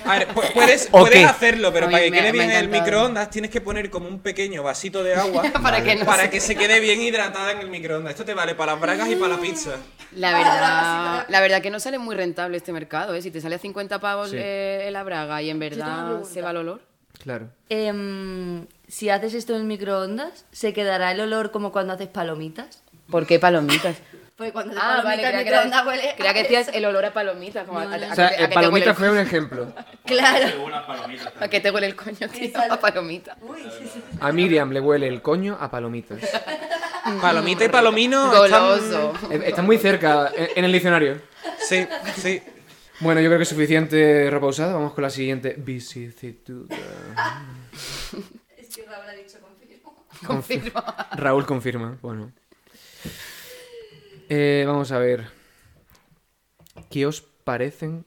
B: A ver, pu- puedes,
A: Ok.
B: puedes hacerlo, pero
C: A mí
B: para que
C: me-
B: quede
C: me
B: bien en
C: ha
B: el
C: encantado.
B: microondas tienes que poner como un pequeño vasito de agua
C: Para que no se-
B: se quede bien hidratada en el microondas. Esto te vale para las bragas y para la pizza.
C: La
E: Ah,
C: verdad, la verdad que no sale muy rentable este mercado, ¿eh? Si te sale a 50 pavos
A: Sí.
C: eh, la braga y en verdad se va el olor.
A: Claro.
E: Em, si haces esto en el microondas, ¿se quedará el olor como cuando haces palomitas?
C: ¿Por qué palomitas?
E: Porque Pues cuando te
C: Ah,
E: pones
C: vale,
E: palomita
C: creía
E: al
C: que, era-
E: microondas huele. a
C: creía que
E: eso.
C: decías el olor a palomita. Como a,
E: No,
C: a-
E: no.
C: a-
A: O sea,
C: a
A: eh,
C: que te huele
A: Palomita
C: el
A: fue un ejemplo.
E: Claro.
C: co- a que te huele el coño, tío, a palomita.
E: Uy, sí, sí.
A: A Miriam le huele el coño a palomitas.
B: Palomita y palomino. están-
C: Mm. Goloso.
A: Eh, Está muy cerca eh, en el diccionario.
B: Sí, sí.
A: Bueno, yo creo que es suficiente ropa usada. Vamos con la siguiente vicisitud.
E: Es que Raúl ha dicho confirmo.
C: Confirmo.
A: Raúl confirma. Bueno. Eh, vamos a ver. ¿Qué os parecen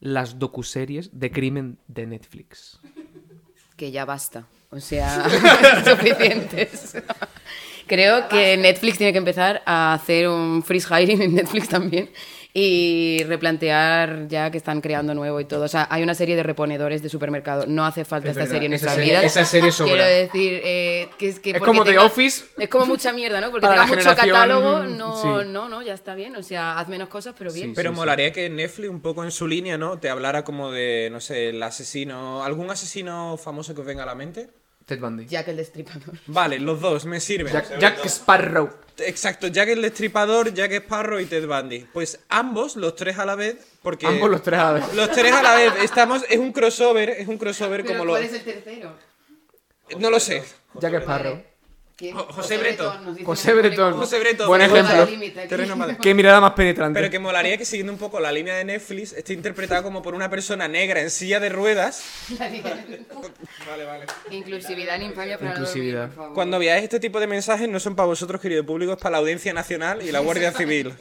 A: las docuseries de crimen de Netflix?
C: Que ya basta. O sea, suficientes. Creo que Netflix tiene que empezar a hacer un freeze hiring en Netflix también y replantear ya que están creando nuevo y todo. O sea, hay una serie de reponedores de supermercado. No hace falta
A: Es
C: esta
A: verdad,
C: serie en
A: esa
C: nuestras
A: serie-
C: vidas.
A: esa serie sobra.
C: Quiero decir, eh, que es que...
A: Es
C: porque
A: como The
C: tenga-
A: Office.
C: Es como mucha mierda, ¿no? Porque
A: Para la
C: tenga mucho
A: generación,
C: catálogo. No,
A: sí.
C: no, no, ya está bien. O sea, haz menos cosas, pero bien.
A: Sí,
B: Pero molaría que Netflix, un poco en su línea, ¿no? Te hablara como de, no sé, el asesino. ¿Algún asesino famoso que os venga a la mente?
A: Ted Bundy.
C: Ya que el destripador.
B: Vale, los dos, me sirven.
A: Jack, Jack Sparrow.
B: Exacto, Jack el Destripador, Jack Sparrow y Ted Bundy. Pues ambos, los tres a la vez, porque...
A: Ambos los tres a la vez.
B: Los tres a la vez, estamos, es un crossover, es un crossover como lo...
C: el tercero?
B: No lo sé.
A: Jack Sparrow.
C: ¿Quién?
B: Jo- José Breton.
C: nos dice
A: José
C: en el
A: Breton.
C: colectivo.
B: José Breton.
A: Buen
B: terreno
A: ejemplo.
B: para- terreno para-
A: Qué mirada más
B: Pero que
A: penetrante.
B: molaría que siguiendo un poco la línea de Netflix, esté interpretado como por una persona negra en silla de ruedas. Vale, vale.
C: Inclusividad en infamia para no
A: Inclusividad.
C: dormir, por favor.
B: Cuando veáis este tipo de mensajes, no son para vosotros, querido público, es para la Audiencia Nacional y la Guardia Civil.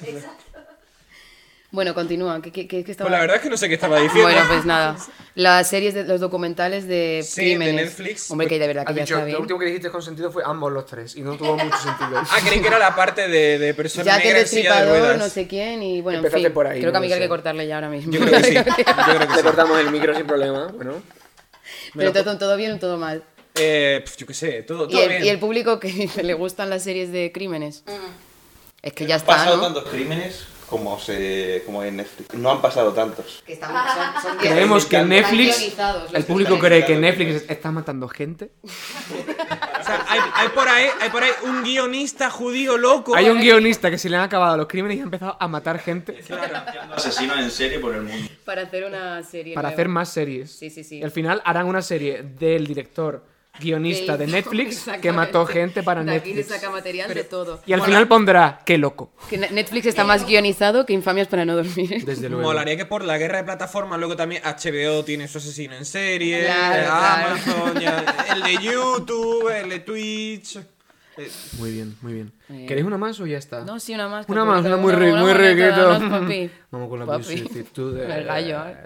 C: Bueno, continúa. ¿Qué, qué, qué- qué estaba-
B: Pues la verdad es que no sé qué estaba diciendo.
C: Bueno, pues nada. Las series, de, los documentales de
B: Sí, de
C: crímenes.
B: Netflix.
C: Hombre, que de verdad que ya está bien.
A: que dijiste con sentido fue ambos los tres y no tuvo mucho sentido.
B: Ah, creí que era la parte de, de persona
C: Ya que el
B: negra en silla de
C: destripador,
B: ruedas.
C: no sé quién, y bueno, en
A: Empezate
C: fin,
A: por ahí,
C: creo que a
A: no
C: Miguel hay
A: sé.
C: que cortarle ya ahora mismo.
B: Yo creo que sí. Yo creo que
A: Te
B: sí.
A: cortamos el micro sin problema. Bueno.
C: Pero todo, todo bien o todo mal.
B: Eh, pf, yo qué sé, todo,
C: Y
B: todo
C: el,
B: bien.
C: y el público que le gustan las series de crímenes.
B: Mm.
C: Es que ya
I: han
C: está,
I: pasado
C: ¿no?
I: tantos crímenes como, se, como en Netflix. No han pasado tantos.
C: Que están, son, son diez.
A: Creemos que
I: Están
A: Netflix.
C: guionizados,
A: El
C: los
A: público
C: tres.
A: cree que Netflix está matando gente.
B: O sea, hay, hay por ahí, hay por ahí un guionista judío loco.
A: Hay un guionista que se le han acabado los crímenes y ha empezado a matar gente
F: Asesinos en serie por el mundo.
C: Para hacer una serie.
A: para
C: nueva.
A: hacer más series.
C: Sí, sí, sí.
A: Y al final harán una serie del director guionista de
C: hizo-
A: Netflix que
C: Eh, Exactamente.
A: mató gente para
C: De aquí se
A: Netflix.
C: saca material de todo.
A: Y al final pondrá, qué loco.
C: Que Ne- Netflix está más guionizado que Infamias para no dormir.
A: Desde luego.
B: Molaría que por la guerra de plataformas, luego también HBO tiene su asesino en serie,
C: Claro,
B: eh,
C: claro.
B: Amazon, ya- el de YouTube, el de Twitch. Eh,
A: Muy bien, muy bien.
C: bien.
A: ¿Queréis una más o ya está?
C: No, sí, una más.
A: Una más, una muy rica,
C: rica,
A: muy riquita.
C: papi.
A: Vamos con las
C: Papi.
A: vicisitudes.
C: El gallo, ¿eh?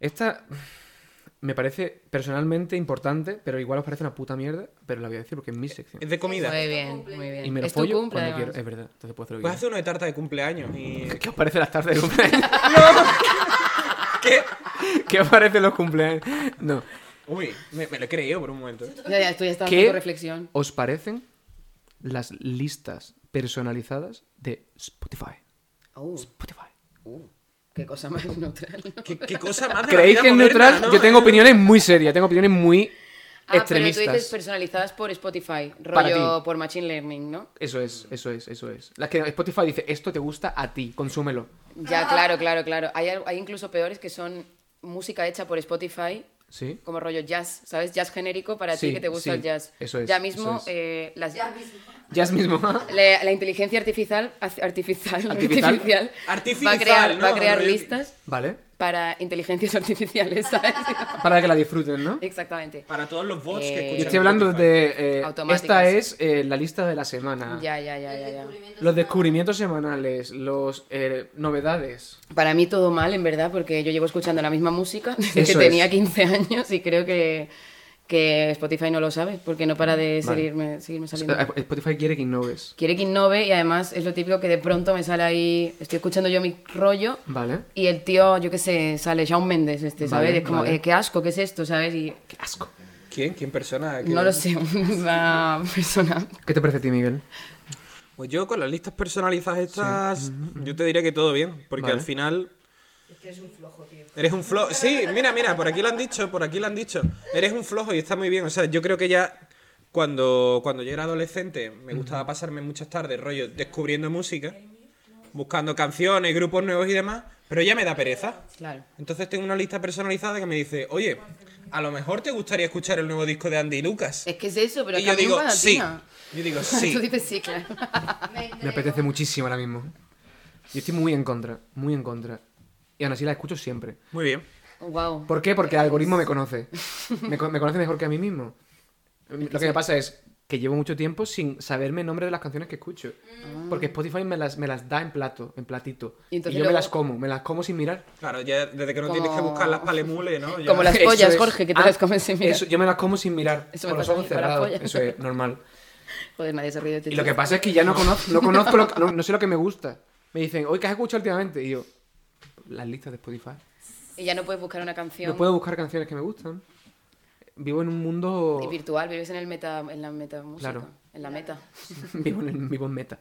A: Esta me parece personalmente importante, pero igual os parece una puta mierda, pero la voy a decir porque es mi sección.
B: Es de comida.
C: Muy bien, muy bien.
A: Y me lo
C: Eh, es tu
A: follo
C: cumple,
A: cuando
C: además.
A: quiero. Es verdad, entonces puedo hacer lo que
B: Pues
A: quiera.
B: hace uno de tarta de cumpleaños y...
A: ¿Qué os parece las tardes de cumpleaños?
B: ¿Qué?
A: ¿Qué os parecen los cumpleaños? No.
B: Uy, me, me lo he creído por un momento.
C: Ya, ya, tú ya estás
A: ¿Qué
C: haciendo reflexión.
A: os parecen las listas personalizadas de Spotify?
C: Uh,
A: Spotify.
C: qué cosa más neutral. ¿no?
B: ¿Qué, qué cosa más de la
A: ¿Creéis
B: vida
A: que es
B: Ah, moderna,
A: neutral?
B: ¿no? Eh,
A: Yo tengo opiniones muy serias, tengo opiniones muy
C: Ah, pero tú
A: extremistas.
C: dices personalizadas por Spotify,
A: Para
C: rollo
A: ti.
C: por Machine Learning, ¿no?
A: Eso es, eso es, eso es. Las que Spotify dice, esto te gusta a ti, consúmelo.
C: Ya, claro, claro, claro. Hay, al- hay incluso peores que son música hecha por Spotify
A: ¿Sí?
C: como rollo jazz, ¿sabes? Jazz genérico para
A: Sí,
C: ti que te gusta
A: sí,
C: el jazz.
A: eso es,
C: Ya mismo,
A: eso es.
C: eh, las,
A: Ya es mismo.
C: La, la inteligencia artificial, ac- artificial,
A: Artificial.
C: artificial, va a
B: Artificial,
C: crear,
B: ¿no?
C: va a crear
B: Rollo-
C: listas
A: vale.
C: para inteligencias artificiales, ¿sabes?
A: Para que la disfruten, ¿no?
C: Exactamente.
B: Para todos los bots
C: Eh,
B: que escuchan.
A: Yo estoy hablando
B: Spotify.
A: de... eh,
C: Automáticas.
A: esta es eh, la lista de la semana.
C: Ya, ya, ya, ya, ya.
A: Los descubrimientos semanales, los eh, novedades.
C: Para mí todo mal, en verdad, porque yo llevo escuchando la misma música desde
A: Eso
C: que
A: es.
C: tenía 15 años y creo que, que Spotify no lo sabe, porque no para de
A: Vale.
C: seguirme, seguirme saliendo.
A: Eh, Spotify quiere que innoves.
C: Quiere que innove y además es lo típico que de pronto me sale ahí, estoy escuchando yo mi rollo
A: Vale.
C: Y el tío, yo qué sé, sale Shawn Mendes, este, ¿sabes?
A: Vale,
C: es como,
A: vale.
C: eh, qué asco, ¿qué es esto, sabes? Y
B: ¿Quién? ¿Quién persona?
C: no
B: ¿Quién?
C: lo sé, una persona.
A: ¿Qué te parece a ti, Miguel?
B: Pues yo con las listas personalizadas estas, yo te diría que todo bien, porque
A: Vale.
B: al final... Eres un flojo, Sí, mira, mira, por aquí lo han dicho, por aquí lo han dicho. Eres un flojo y está muy bien. O sea, yo creo que ya cuando, cuando yo era adolescente me gustaba pasarme muchas tardes rollo descubriendo música, buscando canciones, grupos nuevos y demás, pero ya me da pereza.
C: Claro.
B: Entonces tengo una lista personalizada que me dice, oye, a lo mejor te gustaría escuchar el nuevo disco de Andy Lucas.
C: Es que es eso, Eh, pero
B: y yo digo, sí.
C: Yo
B: Yo digo,
C: Tú
B: sí.
C: dices sí, claro.
A: Me apetece muchísimo ahora mismo. Yo estoy muy en contra, muy en contra. Y aún así la escucho siempre.
B: Muy bien.
C: wow.
A: ¿Por qué? Porque el algoritmo me conoce. Me, co- me conoce mejor que a mí mismo. Lo que me pasa es que llevo mucho tiempo sin saberme el nombre de las canciones que escucho. Porque Spotify me las, me las da en plato, en platito.
C: Ah. Y
A: Y,
C: entonces
A: yo me
C: luego-
A: las como, me las como sin mirar.
B: Claro, ya desde que no
C: Como-
B: tienes que buscar las palemules, ¿no? Ya-
C: Como las
A: Eso
C: pollas,
A: es.
C: Jorge, que te
A: Ah,
C: las comes sin mirar.
A: Eso, yo me las como sin mirar,
C: Eso me
A: con los
C: pasa a mí
A: ojos
C: con las
A: cerrados.
C: pollas.
A: Eso es normal.
C: Joder, nadie se ríe de ti.
A: Y lo que pasa es que ya no conozco, no conozco, lo que- no, no sé lo que me gusta. Me dicen, oye, ¿qué has escuchado últimamente? Y yo, las listas de Spotify.
C: Y ya no puedes buscar una canción.
A: No puedo buscar canciones que me gustan. Vivo en un mundo...
C: Y virtual, vives en el meta, en la meta música.
A: Claro.
C: En la meta.
A: vivo, en, el- vivo en meta.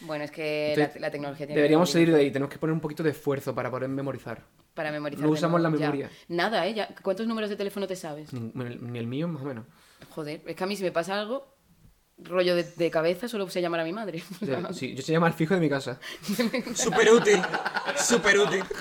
C: Bueno, es que la,
A: Entonces,
C: la tecnología tiene.
A: Deberíamos
C: algo
A: salir de ahí. Tenemos que poner un poquito de esfuerzo para poder memorizar.
C: Para memorizar.
A: No
C: de
A: usamos
C: nuevo,
A: la
C: ya.
A: memoria.
C: Nada, ¿eh? Ya, ¿Cuántos números de teléfono te sabes?
A: Ni, ni el- ni el mío, más o menos.
C: Joder, es que a mí si me pasa algo, rollo de, de cabeza, solo sé llamar a mi madre.
A: De- Sí, yo se llama al fijo de mi casa.
B: Súper útil, súper útil.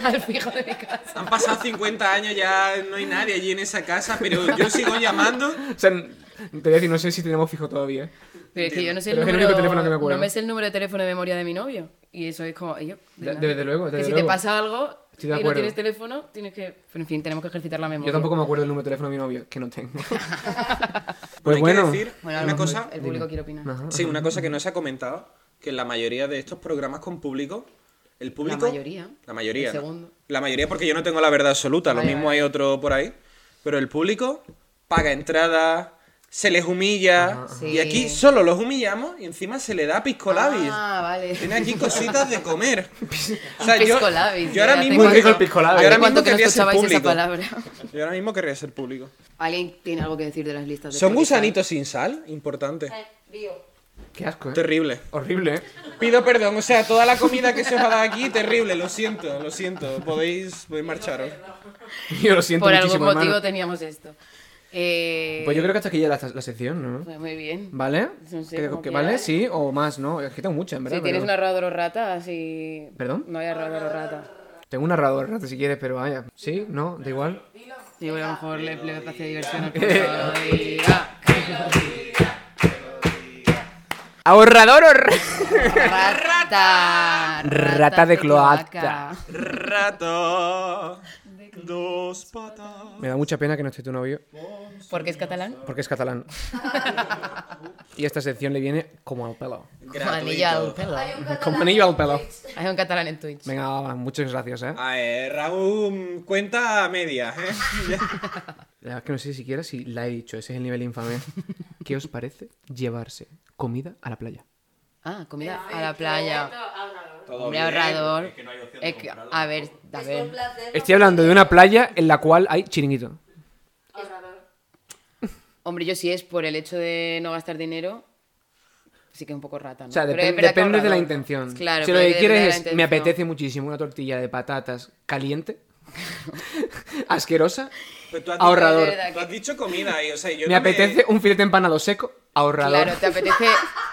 C: Al fijo de mi casa.
B: Han pasado 50 años, ya no hay nadie allí en esa casa, pero yo sigo llamando.
A: O sea, n- te voy a decir, no sé si tenemos fijo todavía. ¿eh?
C: Pero es que yo no sé el
A: Pero es el
C: número.
A: único teléfono que me acuerdo.
C: no me sé el número de teléfono de memoria de mi novio. Y eso es como. y yo, de
A: De-
C: nada.
A: desde luego, desde
C: que si
A: luego.
C: te pasa algo
A: Estoy de
C: y no
A: acuerdo.
C: tienes teléfono, tienes que. Pero en fin, tenemos que ejercitar la memoria.
A: Yo tampoco me acuerdo el número de teléfono de mi novio, que no tengo.
B: Pero
A: Pues
B: hay
A: bueno.
B: que decir
C: Bueno, a lo
B: una
C: mejor
B: cosa,
C: El público quiere opinar.
A: Ajá.
B: sí, una cosa que no se ha comentado, que en la mayoría de estos programas con público, el público...
C: mayoría.
B: La mayoría.
C: El
B: ¿no?
C: segundo.
B: La mayoría porque yo no tengo la verdad absoluta,
C: Vale,
B: lo mismo
C: vale.
B: hay otro por ahí, pero el público paga entradas, se les humilla,
C: ajá.
B: y
C: Sí.
B: aquí solo los humillamos y encima se le da piscolabis.
C: Ah, vale.
B: Tiene aquí cositas de comer. O sea, yo,
C: piscolabis,
B: yo ahora
C: ya
B: mismo,
C: tengo
B: que-
A: yo. Rico el
B: yo
A: piscolabis.
B: ahora
A: Hace
C: ¿Cuánto
B: mismo
C: que no
B: querría ser
C: escuchabais esa
B: público.
C: palabra?
B: Yo ahora mismo querría ser público.
C: ¿Alguien tiene algo que decir de las listas? De
B: Son
C: Spotify?
B: gusanitos sin sal, importante.
E: Eh, Bio.
A: Qué asco, ¿eh?
B: Terrible.
A: Horrible, ¿eh?
B: Pido perdón, o sea, toda la comida que se os ha dado aquí, terrible, lo siento, lo siento. Podéis, podéis marcharos.
A: Yo lo siento
C: Por algún
A: muchísimo,
C: motivo
A: hermano.
C: teníamos esto. Eh,
A: Pues yo creo que hasta aquí ya la, la sección, ¿no?
C: pues muy bien.
A: ¿Vale?
C: No sé,
A: Creo
C: como
A: que-
C: quieras.
A: ¿Vale? Sí, o más, ¿no? Es que tengo muchas, en verdad.
C: Si tienes
A: pero-
C: una rodadora rata, así.
A: ¿Perdón?
C: No hay rodadora rata.
A: Tengo un narrador, no sé si quieres, pero vaya. ¿Sí? ¿No? ¿Da igual?
C: Sí, bueno, a lo mejor le, le hace diversión al rodadora
A: ¡Ahorrador!
C: Rata.
A: Rata de cloaca.
B: Rato, dos patas.
A: Me da mucha pena que no esté tu novio,
C: Porque es catalán.
A: porque es catalán. y esta sección le viene como al pelo.
C: Como anillo al pelo.
A: Como anillo al pelo.
C: Hay un catalán en Twitch.
A: Venga, va, va, muchas gracias, ¿eh?
B: A ver, Raúl, cuenta a medias, ¿eh? Ya.
A: La verdad es que no sé siquiera si la he dicho, ese es el nivel infame. ¿Qué os parece llevarse comida a la playa?
C: Ah, comida a la playa.
B: Todo
C: Hombre
B: bien.
C: ahorrador. Es que- a ver, a
E: Es un
C: ver.
E: placer.
A: Estoy hablando de una playa en la cual hay chiringuito.
C: Hombre, yo sí es por el hecho de no gastar dinero. Sí que es un poco rata, ¿no?
A: O sea,
C: Pero
A: depen-
C: es verdad que
A: depende de la
C: ahorrador.
A: intención.
C: Claro,
A: si lo
C: pero
A: que
C: depende de
A: quieres
C: la
A: es, me
C: intención.
A: apetece muchísimo una tortilla de patatas caliente, asquerosa,
B: Pero Pues tú has dicho-
A: ahorrador.
B: Tú has dicho comida ahí, o sea, yo
A: Me
B: no
A: apetece un filete empanado seco, ahorrador.
C: Claro, te apetece,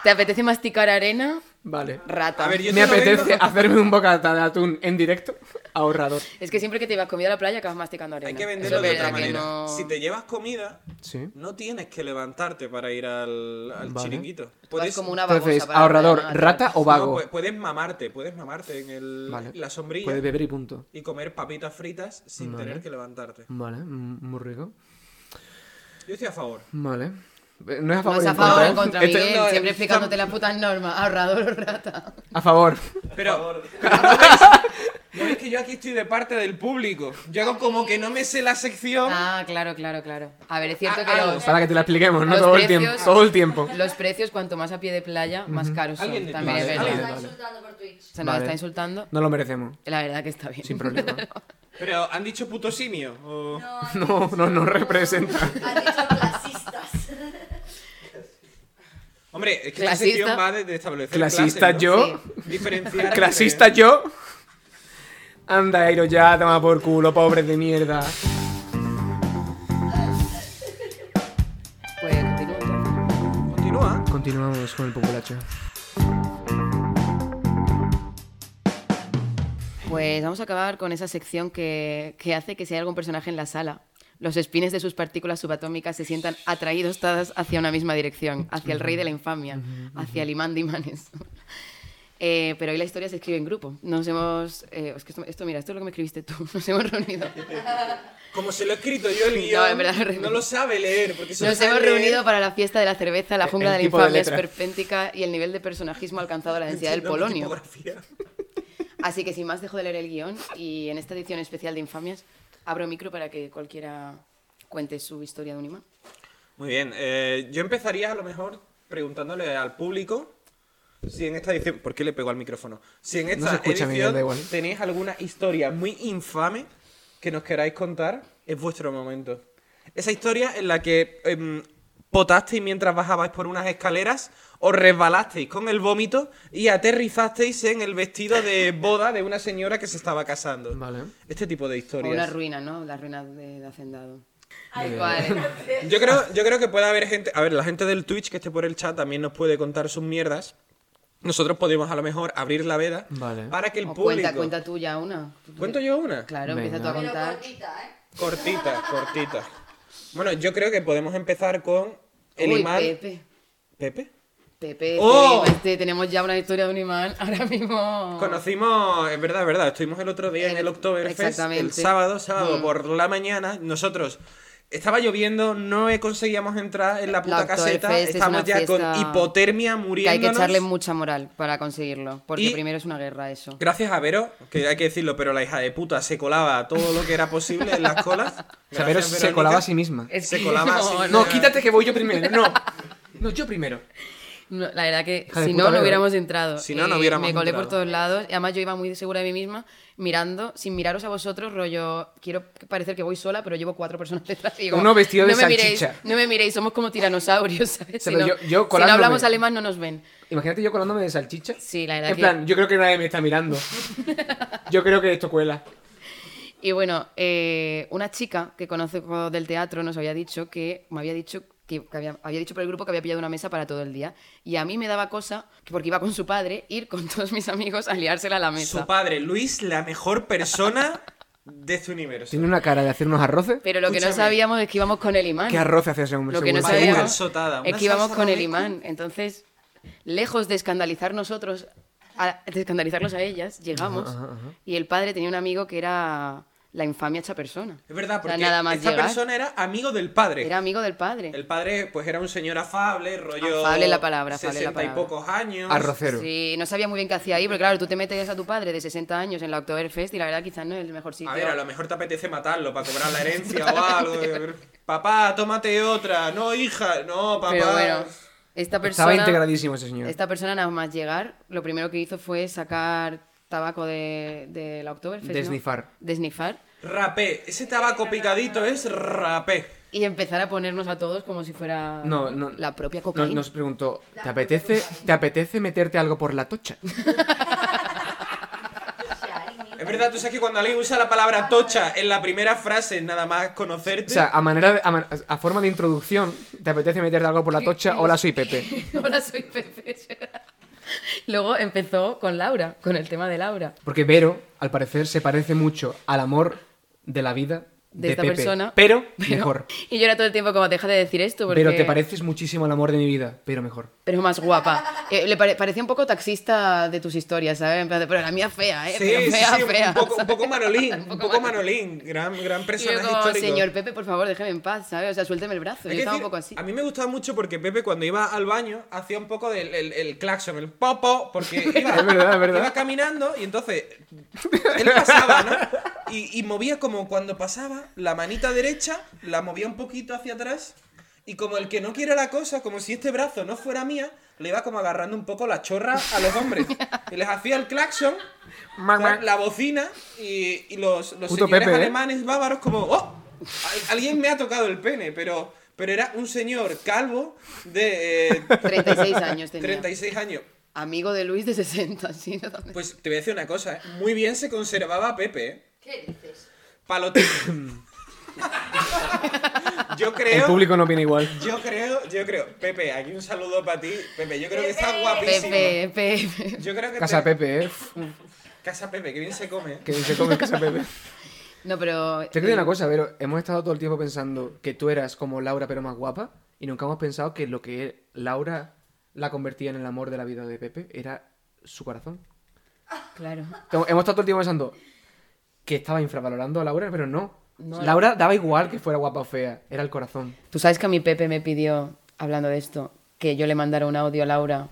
C: te apetece masticar arena,
A: Vale.
C: rata.
B: A ver, yo
A: Me
B: te lo
A: apetece
B: vendo.
A: hacerme un bocata de atún en directo, ahorrador.
C: Es que siempre que te ibas comida a la playa acabas masticando arena.
B: Hay que
C: Eso es
B: venderlo de otra
C: verdad que
B: manera.
C: no-
B: Si te llevas comida,
A: Sí.
B: no tienes que levantarte para ir al, al
A: Vale.
B: chiringuito.
C: Tú vas
B: Puedes,
C: como una babosa
A: Entonces,
C: para la
A: ahorrador,
C: playa, ¿no?
A: rata o
B: no, pues,
A: vago.
B: pu- puedes mamarte, puedes mamarte en el,
A: Vale.
B: la sombrilla.
A: Puedes beber y punto.
B: y comer papitas fritas sin tener que levantarte.
A: Vale, mm, muy rico.
B: Yo estoy a favor.
A: Vale. Eh, No es a
C: No
A: favor.
C: es
A: ni
C: a favor o en
A: ¿eh?
C: contra,
A: Esto-
C: Miguel.
B: no,
C: siempre
B: eh,
C: explicándote las putas normas. Ahorrador o rata.
A: A favor.
B: Pero, pero ¿no, veis, ¿no veis que yo aquí estoy de parte del público? Yo hago como que no me sé la sección.
C: Ah, claro, claro, claro. A ver, es cierto
B: Ah,
C: que
B: ah,
C: los,
A: Para que te la expliquemos, ¿no?
C: Los
A: Todo el
C: precios-
A: tiempo. Todo el tiempo.
C: los precios, cuanto más a pie de playa, más caros son.
B: Alguien de
C: También es
B: Twitch,
C: verdad.
B: alguien
E: Está
A: Vale.
E: insultando por Twitch.
C: Se nos
A: Vale.
C: está insultando.
A: No lo merecemos.
C: La verdad que está bien.
A: Sin problema.
B: Pero han dicho puto simio. o-
A: No, no, no representa.
E: Han dicho clasistas.
B: Hombre, es que la
C: Clasista.
B: sección va de, de establecer
A: Clasista
B: clases, ¿no?
A: yo.
B: Diferenciar.
A: Clasista yo. Anda, Airo, ya, toma por culo, pobre de mierda.
C: Pues continúa.
A: Continuamos con el populacho.
C: Pues vamos a acabar con esa sección que, que hace que si hay algún personaje en la sala, los espines de sus partículas subatómicas se sientan atraídos todas hacia una misma dirección, hacia el rey de la infamia, hacia el imán de imanes. Eh, pero hoy la historia se escribe en grupo. Nos hemos... eh, es que esto, esto, mira, esto es lo que me escribiste tú. Nos hemos reunido.
B: Como se lo he escrito yo el
C: No,
B: guión,
C: en
B: no,
C: verdad, realmente.
B: lo sabe leer. Porque se lo
C: Nos
B: sabe
C: hemos
B: leer.
C: reunido para la fiesta de la cerveza, la jungla
A: el
C: de la
A: tipo de
C: infamia es
A: letra.
C: perpéntica y el nivel de personajismo ha alcanzado la densidad del
B: Entiendo mi
C: polonio.
B: tipografía.
C: Así que sin más dejo de leer el guión y en esta edición especial de Infamias abro micro para que cualquiera cuente su historia de un imán.
B: Muy bien, eh, yo empezaría a lo mejor preguntándole al público si en esta edición... ¿Por qué le pegó al micrófono? Si en esta
A: se escucha,
B: edición
A: Miguel, da igual.
B: tenéis alguna historia muy infame que nos queráis contar, es vuestro momento. Esa historia en la que em, potasteis mientras bajabais por unas escaleras, os resbalasteis con el vómito y aterrizasteis en el vestido de boda de una señora que se estaba casando.
A: Vale.
B: Este tipo de
C: O una
B: historias.
C: ruina, ¿no? La ruina de, de Hacendado. Eh, Vale.
B: Yo creo, yo creo que puede haber gente. A ver, la gente del Twitch que esté por el chat también nos puede contar sus mierdas. Nosotros podemos a lo mejor abrir la veda
A: Vale.
B: para que el
C: O
B: público.
C: cuenta, cuenta tuya una.
B: ¿Cuento yo una?
C: Claro,
A: Venga.
C: empieza tú a
G: Pero
C: contar.
G: cortita, ¿eh?
B: Cortita, cortita. Bueno, yo creo que podemos empezar con el
C: Uy,
B: imán.
C: Pepe.
B: ¿Pepe?
C: Pepe,
B: ¡Oh!
C: este, este, tenemos ya una historia de un imán ahora mismo.
B: Conocimos, es verdad, es verdad, estuvimos el otro día en el
C: El-
B: Oktoberfest, el
C: exactamente. Mm.
B: sábado, sábado por la mañana, nosotros estaba lloviendo, no conseguíamos entrar en la puta caseta,
C: Oktoberfest es
B: estamos
C: una
B: ya con
C: fiesta
B: hipotermia
C: Que hay
B: muriéndonos.
C: que echarle mucha moral para conseguirlo. Porque
B: Y-
C: primero es una guerra eso.
B: Gracias a Vero, que hay que decirlo, pero la hija de puta se colaba todo lo que era posible en las colas.
A: O sea, pero
B: Gracias,
A: se
B: Verónica.
A: colaba a sí misma.
C: Es
B: Se
C: que-
B: colaba así.
A: No, quítate que voy yo primero. No. No, yo primero.
C: No, la verdad que
A: Hija de
C: si
A: puta,
C: no, no
A: Vero.
C: hubiéramos entrado. Eh,
B: Si no, no hubiéramos
C: Me colé
B: entrado.
C: por todos lados. Y además yo iba muy segura de mí misma, mirando, sin miraros a vosotros, rollo... Quiero parecer que voy sola, pero llevo cuatro personas detrás. Y digo,
A: Uno vestido de
C: me miréis,
A: salchicha".
C: no me miréis, somos como tiranosaurios, ¿sabes?
A: sea,
C: si, no,
A: pero yo- yo
C: si no
A: colándome.
C: hablamos alemán no nos ven.
A: Imagínate yo colándome de salchicha.
C: Sí, la verdad
A: En
C: que...
A: plan, yo creo que nadie me está mirando. Yo creo que esto cuela.
C: Y bueno, eh, una chica que conozco del teatro nos había dicho que me había dicho que, que había, había dicho por el grupo que había pillado una mesa para todo el día. Y a mí me daba cosa, que porque iba con su padre, ir con todos mis amigos a liársela a la
B: Su
C: mesa.
B: padre, Luis, la mejor persona de este universo.
A: Tiene una cara de hacer unos arroces.
C: Pero lo que no
B: Escúchame.
C: sabíamos es que íbamos con el imán.
A: ¿Qué arroces hace ese hombre?
C: Lo que no
A: seguro?
B: Vaya
C: sabíamos
B: calzotada,
C: es
B: una
C: que íbamos
B: salsa
C: con el
B: romeco.
C: imán. Entonces, lejos de escandalizar nosotros, a- de escandalizarlos a ellas, llegamos. Y el padre tenía un amigo que era la infamia hecha persona.
B: Es verdad,
C: O sea,
B: porque
C: nada más
B: esta
C: llegar,
B: persona era amigo del padre.
C: era amigo del padre.
B: El padre, pues era un señor afable, rollo.
C: Afable la palabra, afable la
B: 60 y
C: palabra.
B: pocos años.
A: Arrocero.
C: Sí, no sabía muy bien qué hacía ahí, porque claro, tú te metes a tu padre de 60 años en la Oktoberfest y la verdad quizás no es el mejor sitio.
B: A ver, a lo mejor te apetece matarlo para cobrar la herencia o algo. Papá, tómate otra. No, hija. No, papá.
C: Pero bueno, esta
A: Estaba
C: persona,
A: integradísimo ese señor.
C: esta persona nada más llegar, lo primero que hizo fue sacar tabaco de, de la Oktoberfest. ¿no?
A: Desnifar.
C: Desnifar.
B: Rapé. Ese tabaco picadito es rapé.
C: Y empezar a ponernos a todos como si fuera
A: No, no.
C: Ah, la propia
A: No-
C: cocaína.
A: nos preguntó, ¿te apetece, ¿te apetece meterte algo por la tocha?
B: Es verdad, tú sabes que cuando alguien usa la palabra tocha en la primera frase, nada más conocerte.
A: O sea, a manera de- a, man- a forma de introducción, ¿te apetece meterte algo por la tocha? Hola, soy Pepe.
C: Hola, soy Pepe. Luego empezó con Laura, con el tema de Laura.
A: Porque Vero, al parecer, se parece mucho al amor de la vida de,
C: De esta
A: Pepe,
C: persona.
A: Pero
C: Pero-
A: mejor.
C: Y yo era todo el tiempo como, deja de decir esto. Porque...
A: Pero te pareces muchísimo al amor de mi vida, pero mejor.
C: Pero más guapa. Eh, le pare- parecía un poco taxista de tus historias, ¿sabes? En plan de, Pero la mía fea, ¿eh?
B: Sí,
C: Pero
B: sí,
C: fea,
B: sí,
C: fea.
B: un poco, un
C: ¿sabes?
B: poco Manolín, un poco Manolín, gran, gran
C: Y yo
B: personaje
C: como,
B: histórico.
C: señor Pepe, por favor, déjeme en paz, ¿sabes? O sea, suélteme el brazo.
B: Hay
C: Yo
B: que
C: estaba un
B: decir,
C: poco así.
B: A mí me gustaba mucho porque Pepe cuando iba al baño hacía un poco del el, el claxon, el popo, porque iba,
A: Es verdad, es verdad.
B: iba caminando y entonces él pasaba, ¿no? Y, y movía como cuando pasaba, la manita derecha la movía un poquito hacia atrás y como el que no quiere la cosa, como si este brazo no fuera mía, le iba como agarrando un poco la chorra a los hombres. Y les hacía el claxon,
A: Mamá.
B: la bocina y, y los, los
A: Puto
B: señores
A: Pepe, ¿eh?
B: alemanes bávaros como, ¡oh! al- alguien me ha tocado el pene, pero, pero era un señor calvo de eh,
C: 36 años tenía.
B: 36 años.
C: Amigo de Luis de 60, sí. ¿no?
B: Pues te voy a decir una cosa, ¿eh? muy bien se conservaba Pepe, ¿eh?
G: ¿Qué dices?
B: Palote. Yo
A: El
B: creo.
A: público no opina igual.
B: Yo creo, yo creo. Pepe, aquí un saludo para ti. Pepe, yo creo que está guapísimo.
C: Pepe, Pepe.
B: Yo creo que
A: Casa
B: te-
A: Pepe, ¿eh?
B: Casa Pepe, que bien se come. ¿eh?
A: Que se come Casa Pepe.
C: No, pero.
A: Te digo una cosa, pero hemos estado todo el tiempo pensando que tú eras como Laura, pero más guapa. Y nunca hemos pensado que lo que Laura la convertía en el amor de la vida de Pepe era su corazón.
C: Claro.
A: Hemos hemos estado todo el tiempo pensando que estaba infravalorando a Laura, pero no.
C: No.
A: Laura daba igual que fuera guapa o fea, era el corazón.
C: Tú sabes que a mi Pepe me pidió, hablando de esto, que yo le mandara un audio a Laura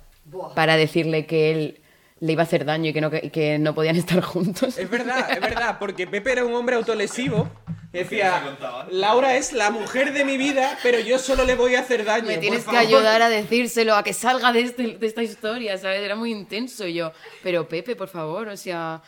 C: para decirle que él le iba a hacer daño y que no, que, que no podían estar juntos.
B: Es verdad, es verdad, porque Pepe era un hombre autolesivo. Y decía, Laura es la mujer de mi vida, pero yo solo le voy a hacer daño.
C: Me
B: por
C: tienes que
B: favor".
C: ayudar a decírselo, a que salga de, este- de esta historia, ¿sabes? Era muy intenso y yo. Pero Pepe, por favor, o sea.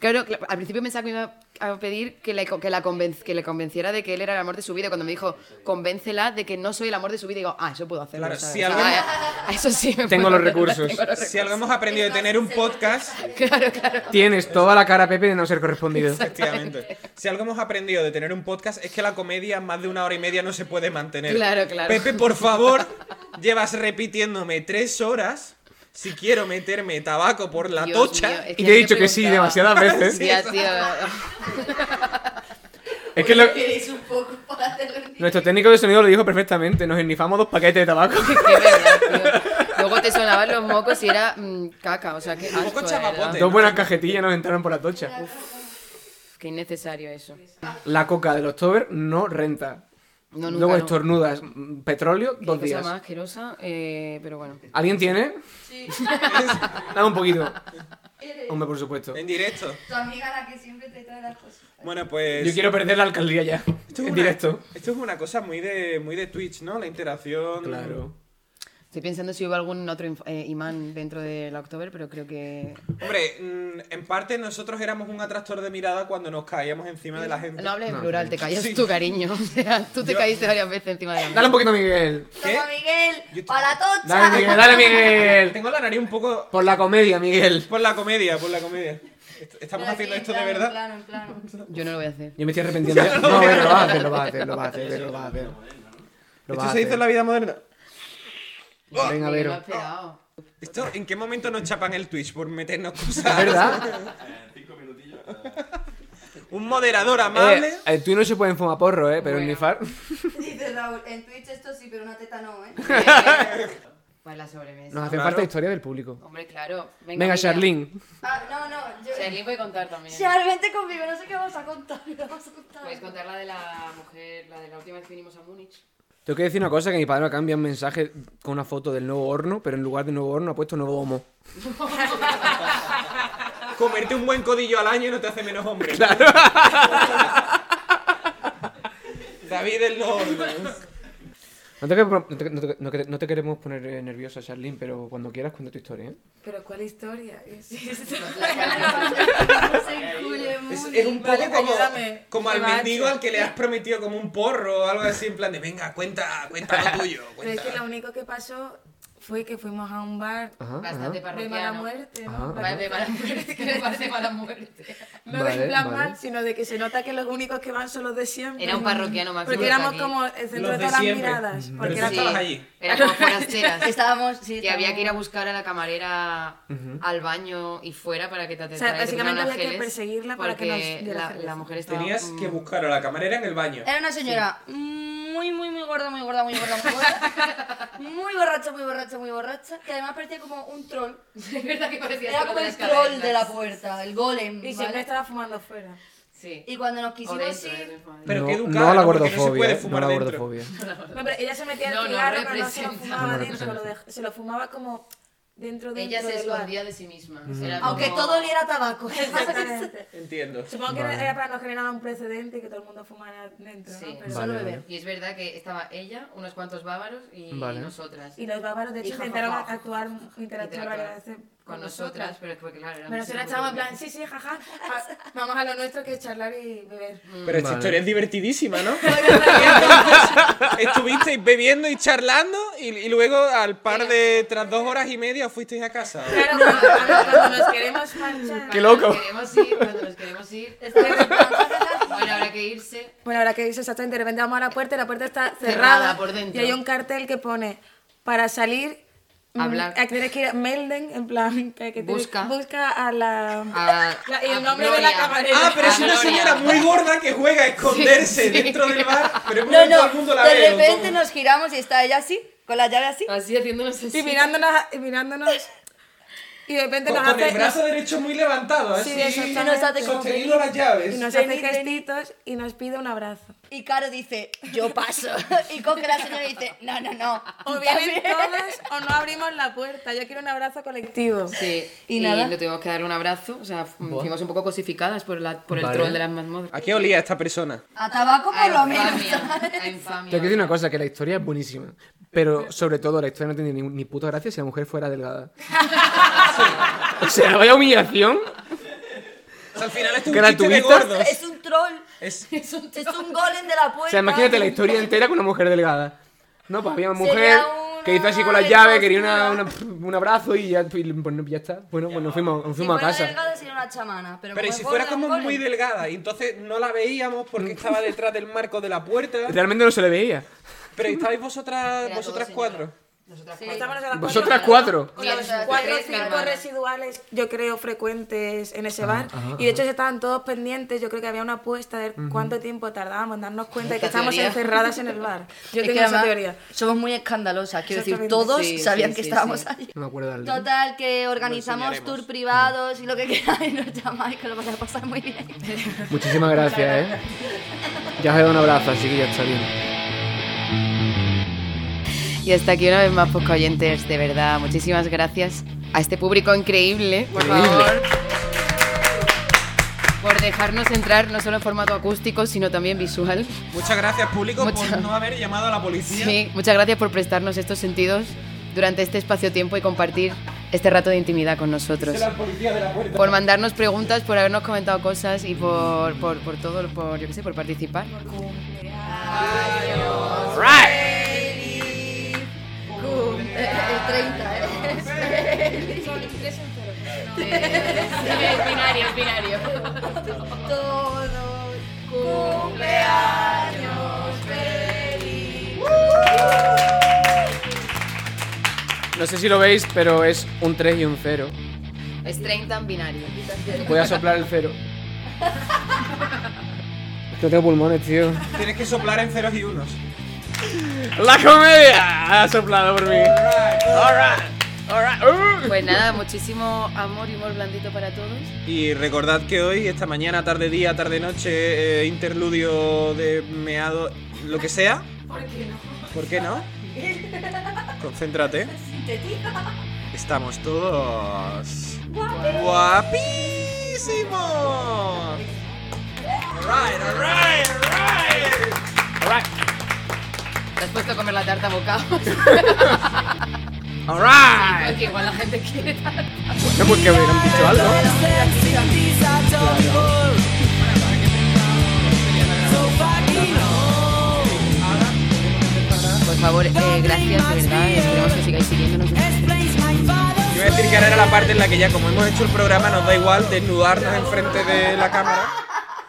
C: Claro, cla- al principio pensaba que me iba a pedir que, le co- que, la convenc- que le convenciera de que él era el amor de su vida. Cuando me dijo, convéncela de que no soy el amor de su vida, digo, ah, eso puedo hacerlo.
B: Claro,
C: ¿sabes?
B: si
C: O sea,
B: algún-
C: a- a eso sí me
A: Tengo
C: puedo-
A: los recursos.
C: tengo los
B: Si algo hemos aprendido de tener un podcast,
A: Tienes toda la cara, Pepe, de no ser correspondido.
B: efectivamente. Si algo hemos aprendido de tener un podcast es que la comedia más de una hora y media no se puede mantener.
C: Claro, claro.
B: Pepe, por favor, llevas repitiéndome tres horas si quiero meterme tabaco por la
C: Dios
B: tocha.
C: mío, es
A: Y te he
C: ayer
A: dicho que sí
C: preguntaba-
A: demasiadas veces.
C: Ya, tío.
A: Es que lo-
G: ¿Queréis un poco para hacerlo en
A: nuestro técnico de sonido lo dijo perfectamente. Nos ennifamos dos paquetes de tabaco.
C: Qué verdad, tío. Luego te sonaban los mocos y era mm, caca, o sea, que
B: Un poco
C: asco, de verdad.
B: chapapote.
A: Dos buenas cajetillas nos entraron por la tocha.
C: Qué innecesario eso.
A: La coca del October no renta.
C: No, nunca,
A: Luego
C: no.
A: estornudas mm, petróleo
C: Qué
A: dos
C: cosa
A: días.
C: más asquerosa, eh, pero bueno.
A: ¿Alguien tiene? Sí. Dame un poquito. Hombre, por supuesto.
B: En directo.
E: Tu amiga la que siempre te trae las cosas.
B: Bueno, pues.
A: Yo quiero perder la alcaldía ya.
B: esto es
A: En
B: una-
A: directo.
B: Esto es una cosa muy de, muy de Twitch, ¿no? La interacción.
A: Claro.
C: Estoy pensando si hubo algún otro inf- eh, imán dentro del October, pero creo que...
B: Hombre, mm, en parte nosotros éramos un atractor de mirada cuando nos caíamos encima de la gente.
C: No hables en plural, te callas
B: Sí.
C: tú, cariño. O sea, tú te caíste varias veces encima de la
A: Dale
C: mesa.
A: un poquito a Miguel.
E: Toma,
B: Yo-
E: Miguel, para la tocha.
A: Dale, Miguel. Dale, Miguel.
B: Tengo la nariz un poco
A: Por la comedia, Miguel.
B: por la comedia, por la comedia. Est-
E: Pero
B: Estamos
E: aquí,
B: haciendo
E: en
B: esto de
E: plano,
B: verdad.
E: En plano, en plano.
C: Yo no lo voy a hacer.
A: Yo me estoy arrepintiendo. No, pero lo vas a hacer, lo vas a hacer, lo vas a hacer, lo vas a hacer. Lo vas
B: Esto
A: a
B: se hizo en la
A: hacer.
B: vida moderna.
A: Venga,
C: Miguel, lo
A: Vero.
C: has pegado.
B: Esto, ¿en qué momento nos chapan el Twitch por meternos
A: ¿Es
B: cosas?
A: verdad?
B: Un moderador amable.
A: Eh, eh, tú y no se pueden fumar porro, ¿eh? Pero
C: Bueno.
A: ni far.
E: Dice Raúl, en Twitch esto sí, pero una teta no, ¿eh?
C: Para Pues la sobremesa.
A: Nos hace
B: Claro.
A: falta historia del público.
C: Hombre, claro. Venga,
A: Venga,
C: Miriam.
A: Charlene.
E: Ah, no, no, yo...
C: Charlene puede contar también.
E: Charles, vente conmigo, no sé qué vamos a contar, pero vamos a contar.
C: Puedes contar la de la mujer, la de la última vez que vinimos a Múnich.
A: Tengo que decir una cosa, que mi padre me cambia un mensaje con una foto del nuevo horno, pero en lugar de nuevo horno ha puesto nuevo homo. eh.
B: Comerte un buen codillo al año no te hace menos hombre. David el Lord.
A: No te, queremos- no te- no te- no te- no te queremos poner eh, nerviosa, Charlene, pero cuando quieras cuenta tu historia, ¿eh?
G: Pero ¿cuál historia? Es esto.
E: No se incluye
B: Es,
E: mucho.
B: es un poco
G: Vale, pues
B: como,
G: ayúdame.
B: como al
G: Me macho.
B: mendigo al que le has prometido como un porro o algo así, en plan de venga, cuenta, cuenta lo tuyo.
G: Pero es que lo
B: Cuenta.
G: único que pasó fue que fuimos a un bar
A: Ajá,
C: Bastante
A: ajá.
G: de mala
C: parroquiano.
G: muerte, ¿no?
A: Ajá,
G: Para-
C: Va- De mala muerte, que me parece mala muerte.
G: No de
A: Vale,
G: en plan
A: vale.
G: mal, sino de que se nota que los únicos que van son los de siempre.
C: Era un parroquiano máximo
G: Porque
C: de
G: éramos
C: aquí.
G: como el centro
B: Los de
G: de todas las
B: siempre.
G: miradas.
B: Pero
G: Porque
B: tú
G: era
B: estabas
G: todo-
B: allí.
C: Era como forasteras.
E: Estábamos, sí,
C: Que había que ir a
E: estábamos-
C: buscar a la camarera al baño y fuera para que te
G: sea,
C: atendiera.
G: básicamente había que perseguirla para que nos diera
C: la,
G: cerveza.
C: la mujer estaba.
B: Tenías
G: Mm.
B: que buscar a la camarera en el baño.
G: Eh.
E: Era una señora muy, muy, muy gorda, muy gorda, muy gorda, muy gorda. muy borracha, muy borracha, muy borracha. Que además parecía como un troll.
C: Es verdad que parecía
E: Era
C: solo
E: como
C: de
E: el
C: las
E: troll
C: cadenas.
E: de la puerta, el golem.
G: Y siempre
E: ¿vale?
G: estaba fumando fuera.
C: Sí.
E: Y cuando nos
C: O
E: quisimos
C: dentro,
E: ir,
C: dentro, madre.
B: Pero
A: no,
B: qué educada,
A: no a la
B: ¿no? Porque no se
A: gordofobia, ¿eh?
B: puede
A: no,
B: fumar
A: a la
B: dentro.
A: gordofobia.
G: No, pero ella se metía
C: No,
G: el
C: no
G: cigarro, pero no se lo
C: representa.
G: fumaba
A: No
G: dentro, lo
A: representa.
G: dej- se lo fumaba como dentro dentro
C: Ella se
G: del bar.
C: escondía de sí misma. Era como-
E: aunque todo oliera a tabaco.
G: Exactamente.
B: Entiendo.
G: Supongo que era para no generar un precedente y que todo el mundo fumara dentro, ¿no?
C: Sí,
G: Pero-
C: solo
A: Vale,
C: beber. Y es verdad que estaba ella, unos cuantos bávaros y, y
A: Vale.
C: nosotras.
G: Y los bávaros, de hecho,
C: Y ja, ja,
G: intentaron
C: ja, ja,
G: actuar, interactuar
C: Interactuar
G: varias veces
C: con nosotras, pero es porque claro, era
G: Pero nosotros estábamos en plan, sí, sí, jaja, a- vamos a lo nuestro que es charlar y beber.
B: Pero esta
A: Vale.
B: historia es divertidísima, ¿no? Estuvisteis bebiendo y charlando y, y luego al par de, tras dos horas y media, fuisteis a casa.
G: Claro, cuando, cuando- cuando nos queremos marchar,
A: ¡Qué loco!
C: Cuando nos queremos ir, cuando nos queremos ir,
E: Entonces,
C: Bueno, habrá que irse.
G: Bueno, ahora que dices exactamente, de repente vamos a la puerta y la puerta está cerrada.
C: Cerrada por dentro.
G: Y hay un cartel que pone, para salir, mm,
C: Hablar.
G: a- tienes que ir a Melden, en plan, que, que tienes-
C: Busca.
G: busca a la...
C: A-
G: la- y
C: a
G: el nombre de
C: Gloria.
G: la camarera.
B: Ah, pero es una
C: Gloria.
B: señora muy gorda que juega a esconderse dentro del bar. Pero es
E: No,
B: porque todo
E: no,
B: el mundo Ah. la ve.
E: de
B: ¿no?
E: repente nos giramos y está ella así, con la llave así.
C: Así haciéndonos así.
G: Y mirándonos, a- y mirándonos, y de repente
B: Con,
G: nos
B: con
G: hace...
B: el brazo derecho muy levantado, así.
G: Sí, eso está-
E: nos hace como
B: sosteniendo las
G: y
B: llaves.
G: nos hace gestitos y nos pide un abrazo.
E: Y Caro dice, yo paso. Y coge la señora y dice, no, no, no.
G: O
E: también".
G: vienen todos o no abrimos la puerta. Yo quiero un abrazo colectivo.
C: Sí,
E: Y
C: y,
E: nada.
C: le tuvimos que dar un abrazo, o sea, fu- fuimos un poco cosificadas por, la, por el
A: Vale.
C: troll de las mazmorras.
B: ¿A qué olía esta persona?
E: A tabaco por lo menos.
C: infamia,
A: Tengo
C: a
A: que decir
C: infamia.
A: una cosa, que la historia es buenísima. Pero sobre todo, la historia no tendría ni, ni puta gracia si la mujer fuera delgada. O sea, vaya humillación.
B: O sea, Pues al final esto es un
A: Gratuita.
B: chiste de gordos.
E: Es un troll.
B: Es-
E: Es un golem de la puerta.
A: O sea, imagínate la
E: pues.
A: historia entera con una mujer delgada. No, pues había una mujer
E: una
A: que hizo así con las llaves, quería una- una-
E: impostura.
A: un abrazo y ya, y, bueno, ya está. Bueno, pues nos fuimos, nos
E: Si
A: fuimos a
E: fuera
A: casa.
E: delgada sería una chamana. Pero,
B: Pero ¿y
E: como
B: si
E: es
B: fuera
E: gorda,
B: como
E: un golem.
B: muy delgada, y entonces no la veíamos porque estaba detrás del marco de la puerta.
A: Realmente no se le veía.
B: Pero estabais vosotras, vosotras cuatro.
C: Nosotras
G: Estamos
C: cuatro.
G: nosotras cuatro.
A: Vosotras cuatro.
G: O sea,
C: Bien,
G: los
C: tres,
G: cuatro o
C: mi
G: cinco
C: hermana.
G: residuales, yo creo, frecuentes en ese bar. y de hecho se estaban todos pendientes. Yo creo que había una apuesta de cuánto tiempo tardábamos en darnos cuenta de que
C: Esta
G: estábamos
C: teoría.
G: encerradas en el bar. Yo
E: Es
G: tengo
E: que
G: esa
E: además
G: teoría.
E: Somos muy escandalosas. Quiero decir,
G: Exactamente.
E: todos
C: Sí,
E: sabían
C: sí,
E: que
C: sí,
E: estábamos
C: sí.
E: allí.
A: No me acuerdo del día.
E: Total, que organizamos tours privados y lo que queráis. Nos llamáis, que lo vais a pasar muy bien.
A: Muchísimas gracias, eh. Ya os he dado un abrazo, así que ya está bien.
C: Y hasta aquí una vez más, Posca Oyentes. De verdad, muchísimas gracias a este público increíble, por
A: Increíble.
C: favor. Por dejarnos entrar no solo en formato acústico, sino también visual.
B: Muchas gracias, público,
C: Muchas-
B: por no haber llamado a la policía.
C: Sí, muchas gracias por prestarnos estos sentidos durante este espacio-tiempo y compartir este rato de intimidad con nosotros. Por mandarnos preguntas, por habernos comentado cosas y por, por, por todo, por, yo qué sé, por participar.
E: El 30, ¿eh?
C: binario, binario.
E: Todo.
A: No sé si lo veis, pero es un 3 y un 0.
C: Es 30 en binario.
A: Voy a soplar el 0. Es que no tengo pulmones, tío.
B: Tienes que soplar en ceros y unos.
A: La comedia ha soplado por mí. Alright, alright. Uh.
C: Pues nada, muchísimo amor y humor blandito para todos.
B: Y recordad que hoy, esta mañana, tarde, día, tarde, noche, eh, interludio de meado, lo que sea. ¿Por qué no? ¿Por qué no? Concéntrate. Estamos todos guapísimos. Alright, alright, alright.
C: Te has puesto a comer la tarta bocado.
B: Alright.
C: que igual la gente quiere tarta.
A: No, pues que me han dicho algo.
C: Por favor, eh, gracias, de verdad. Esperemos que sigáis siguiéndonos.
B: Yo voy a decir que ahora era la parte en la que ya, como hemos hecho el programa, nos da igual desnudarnos enfrente de la cámara.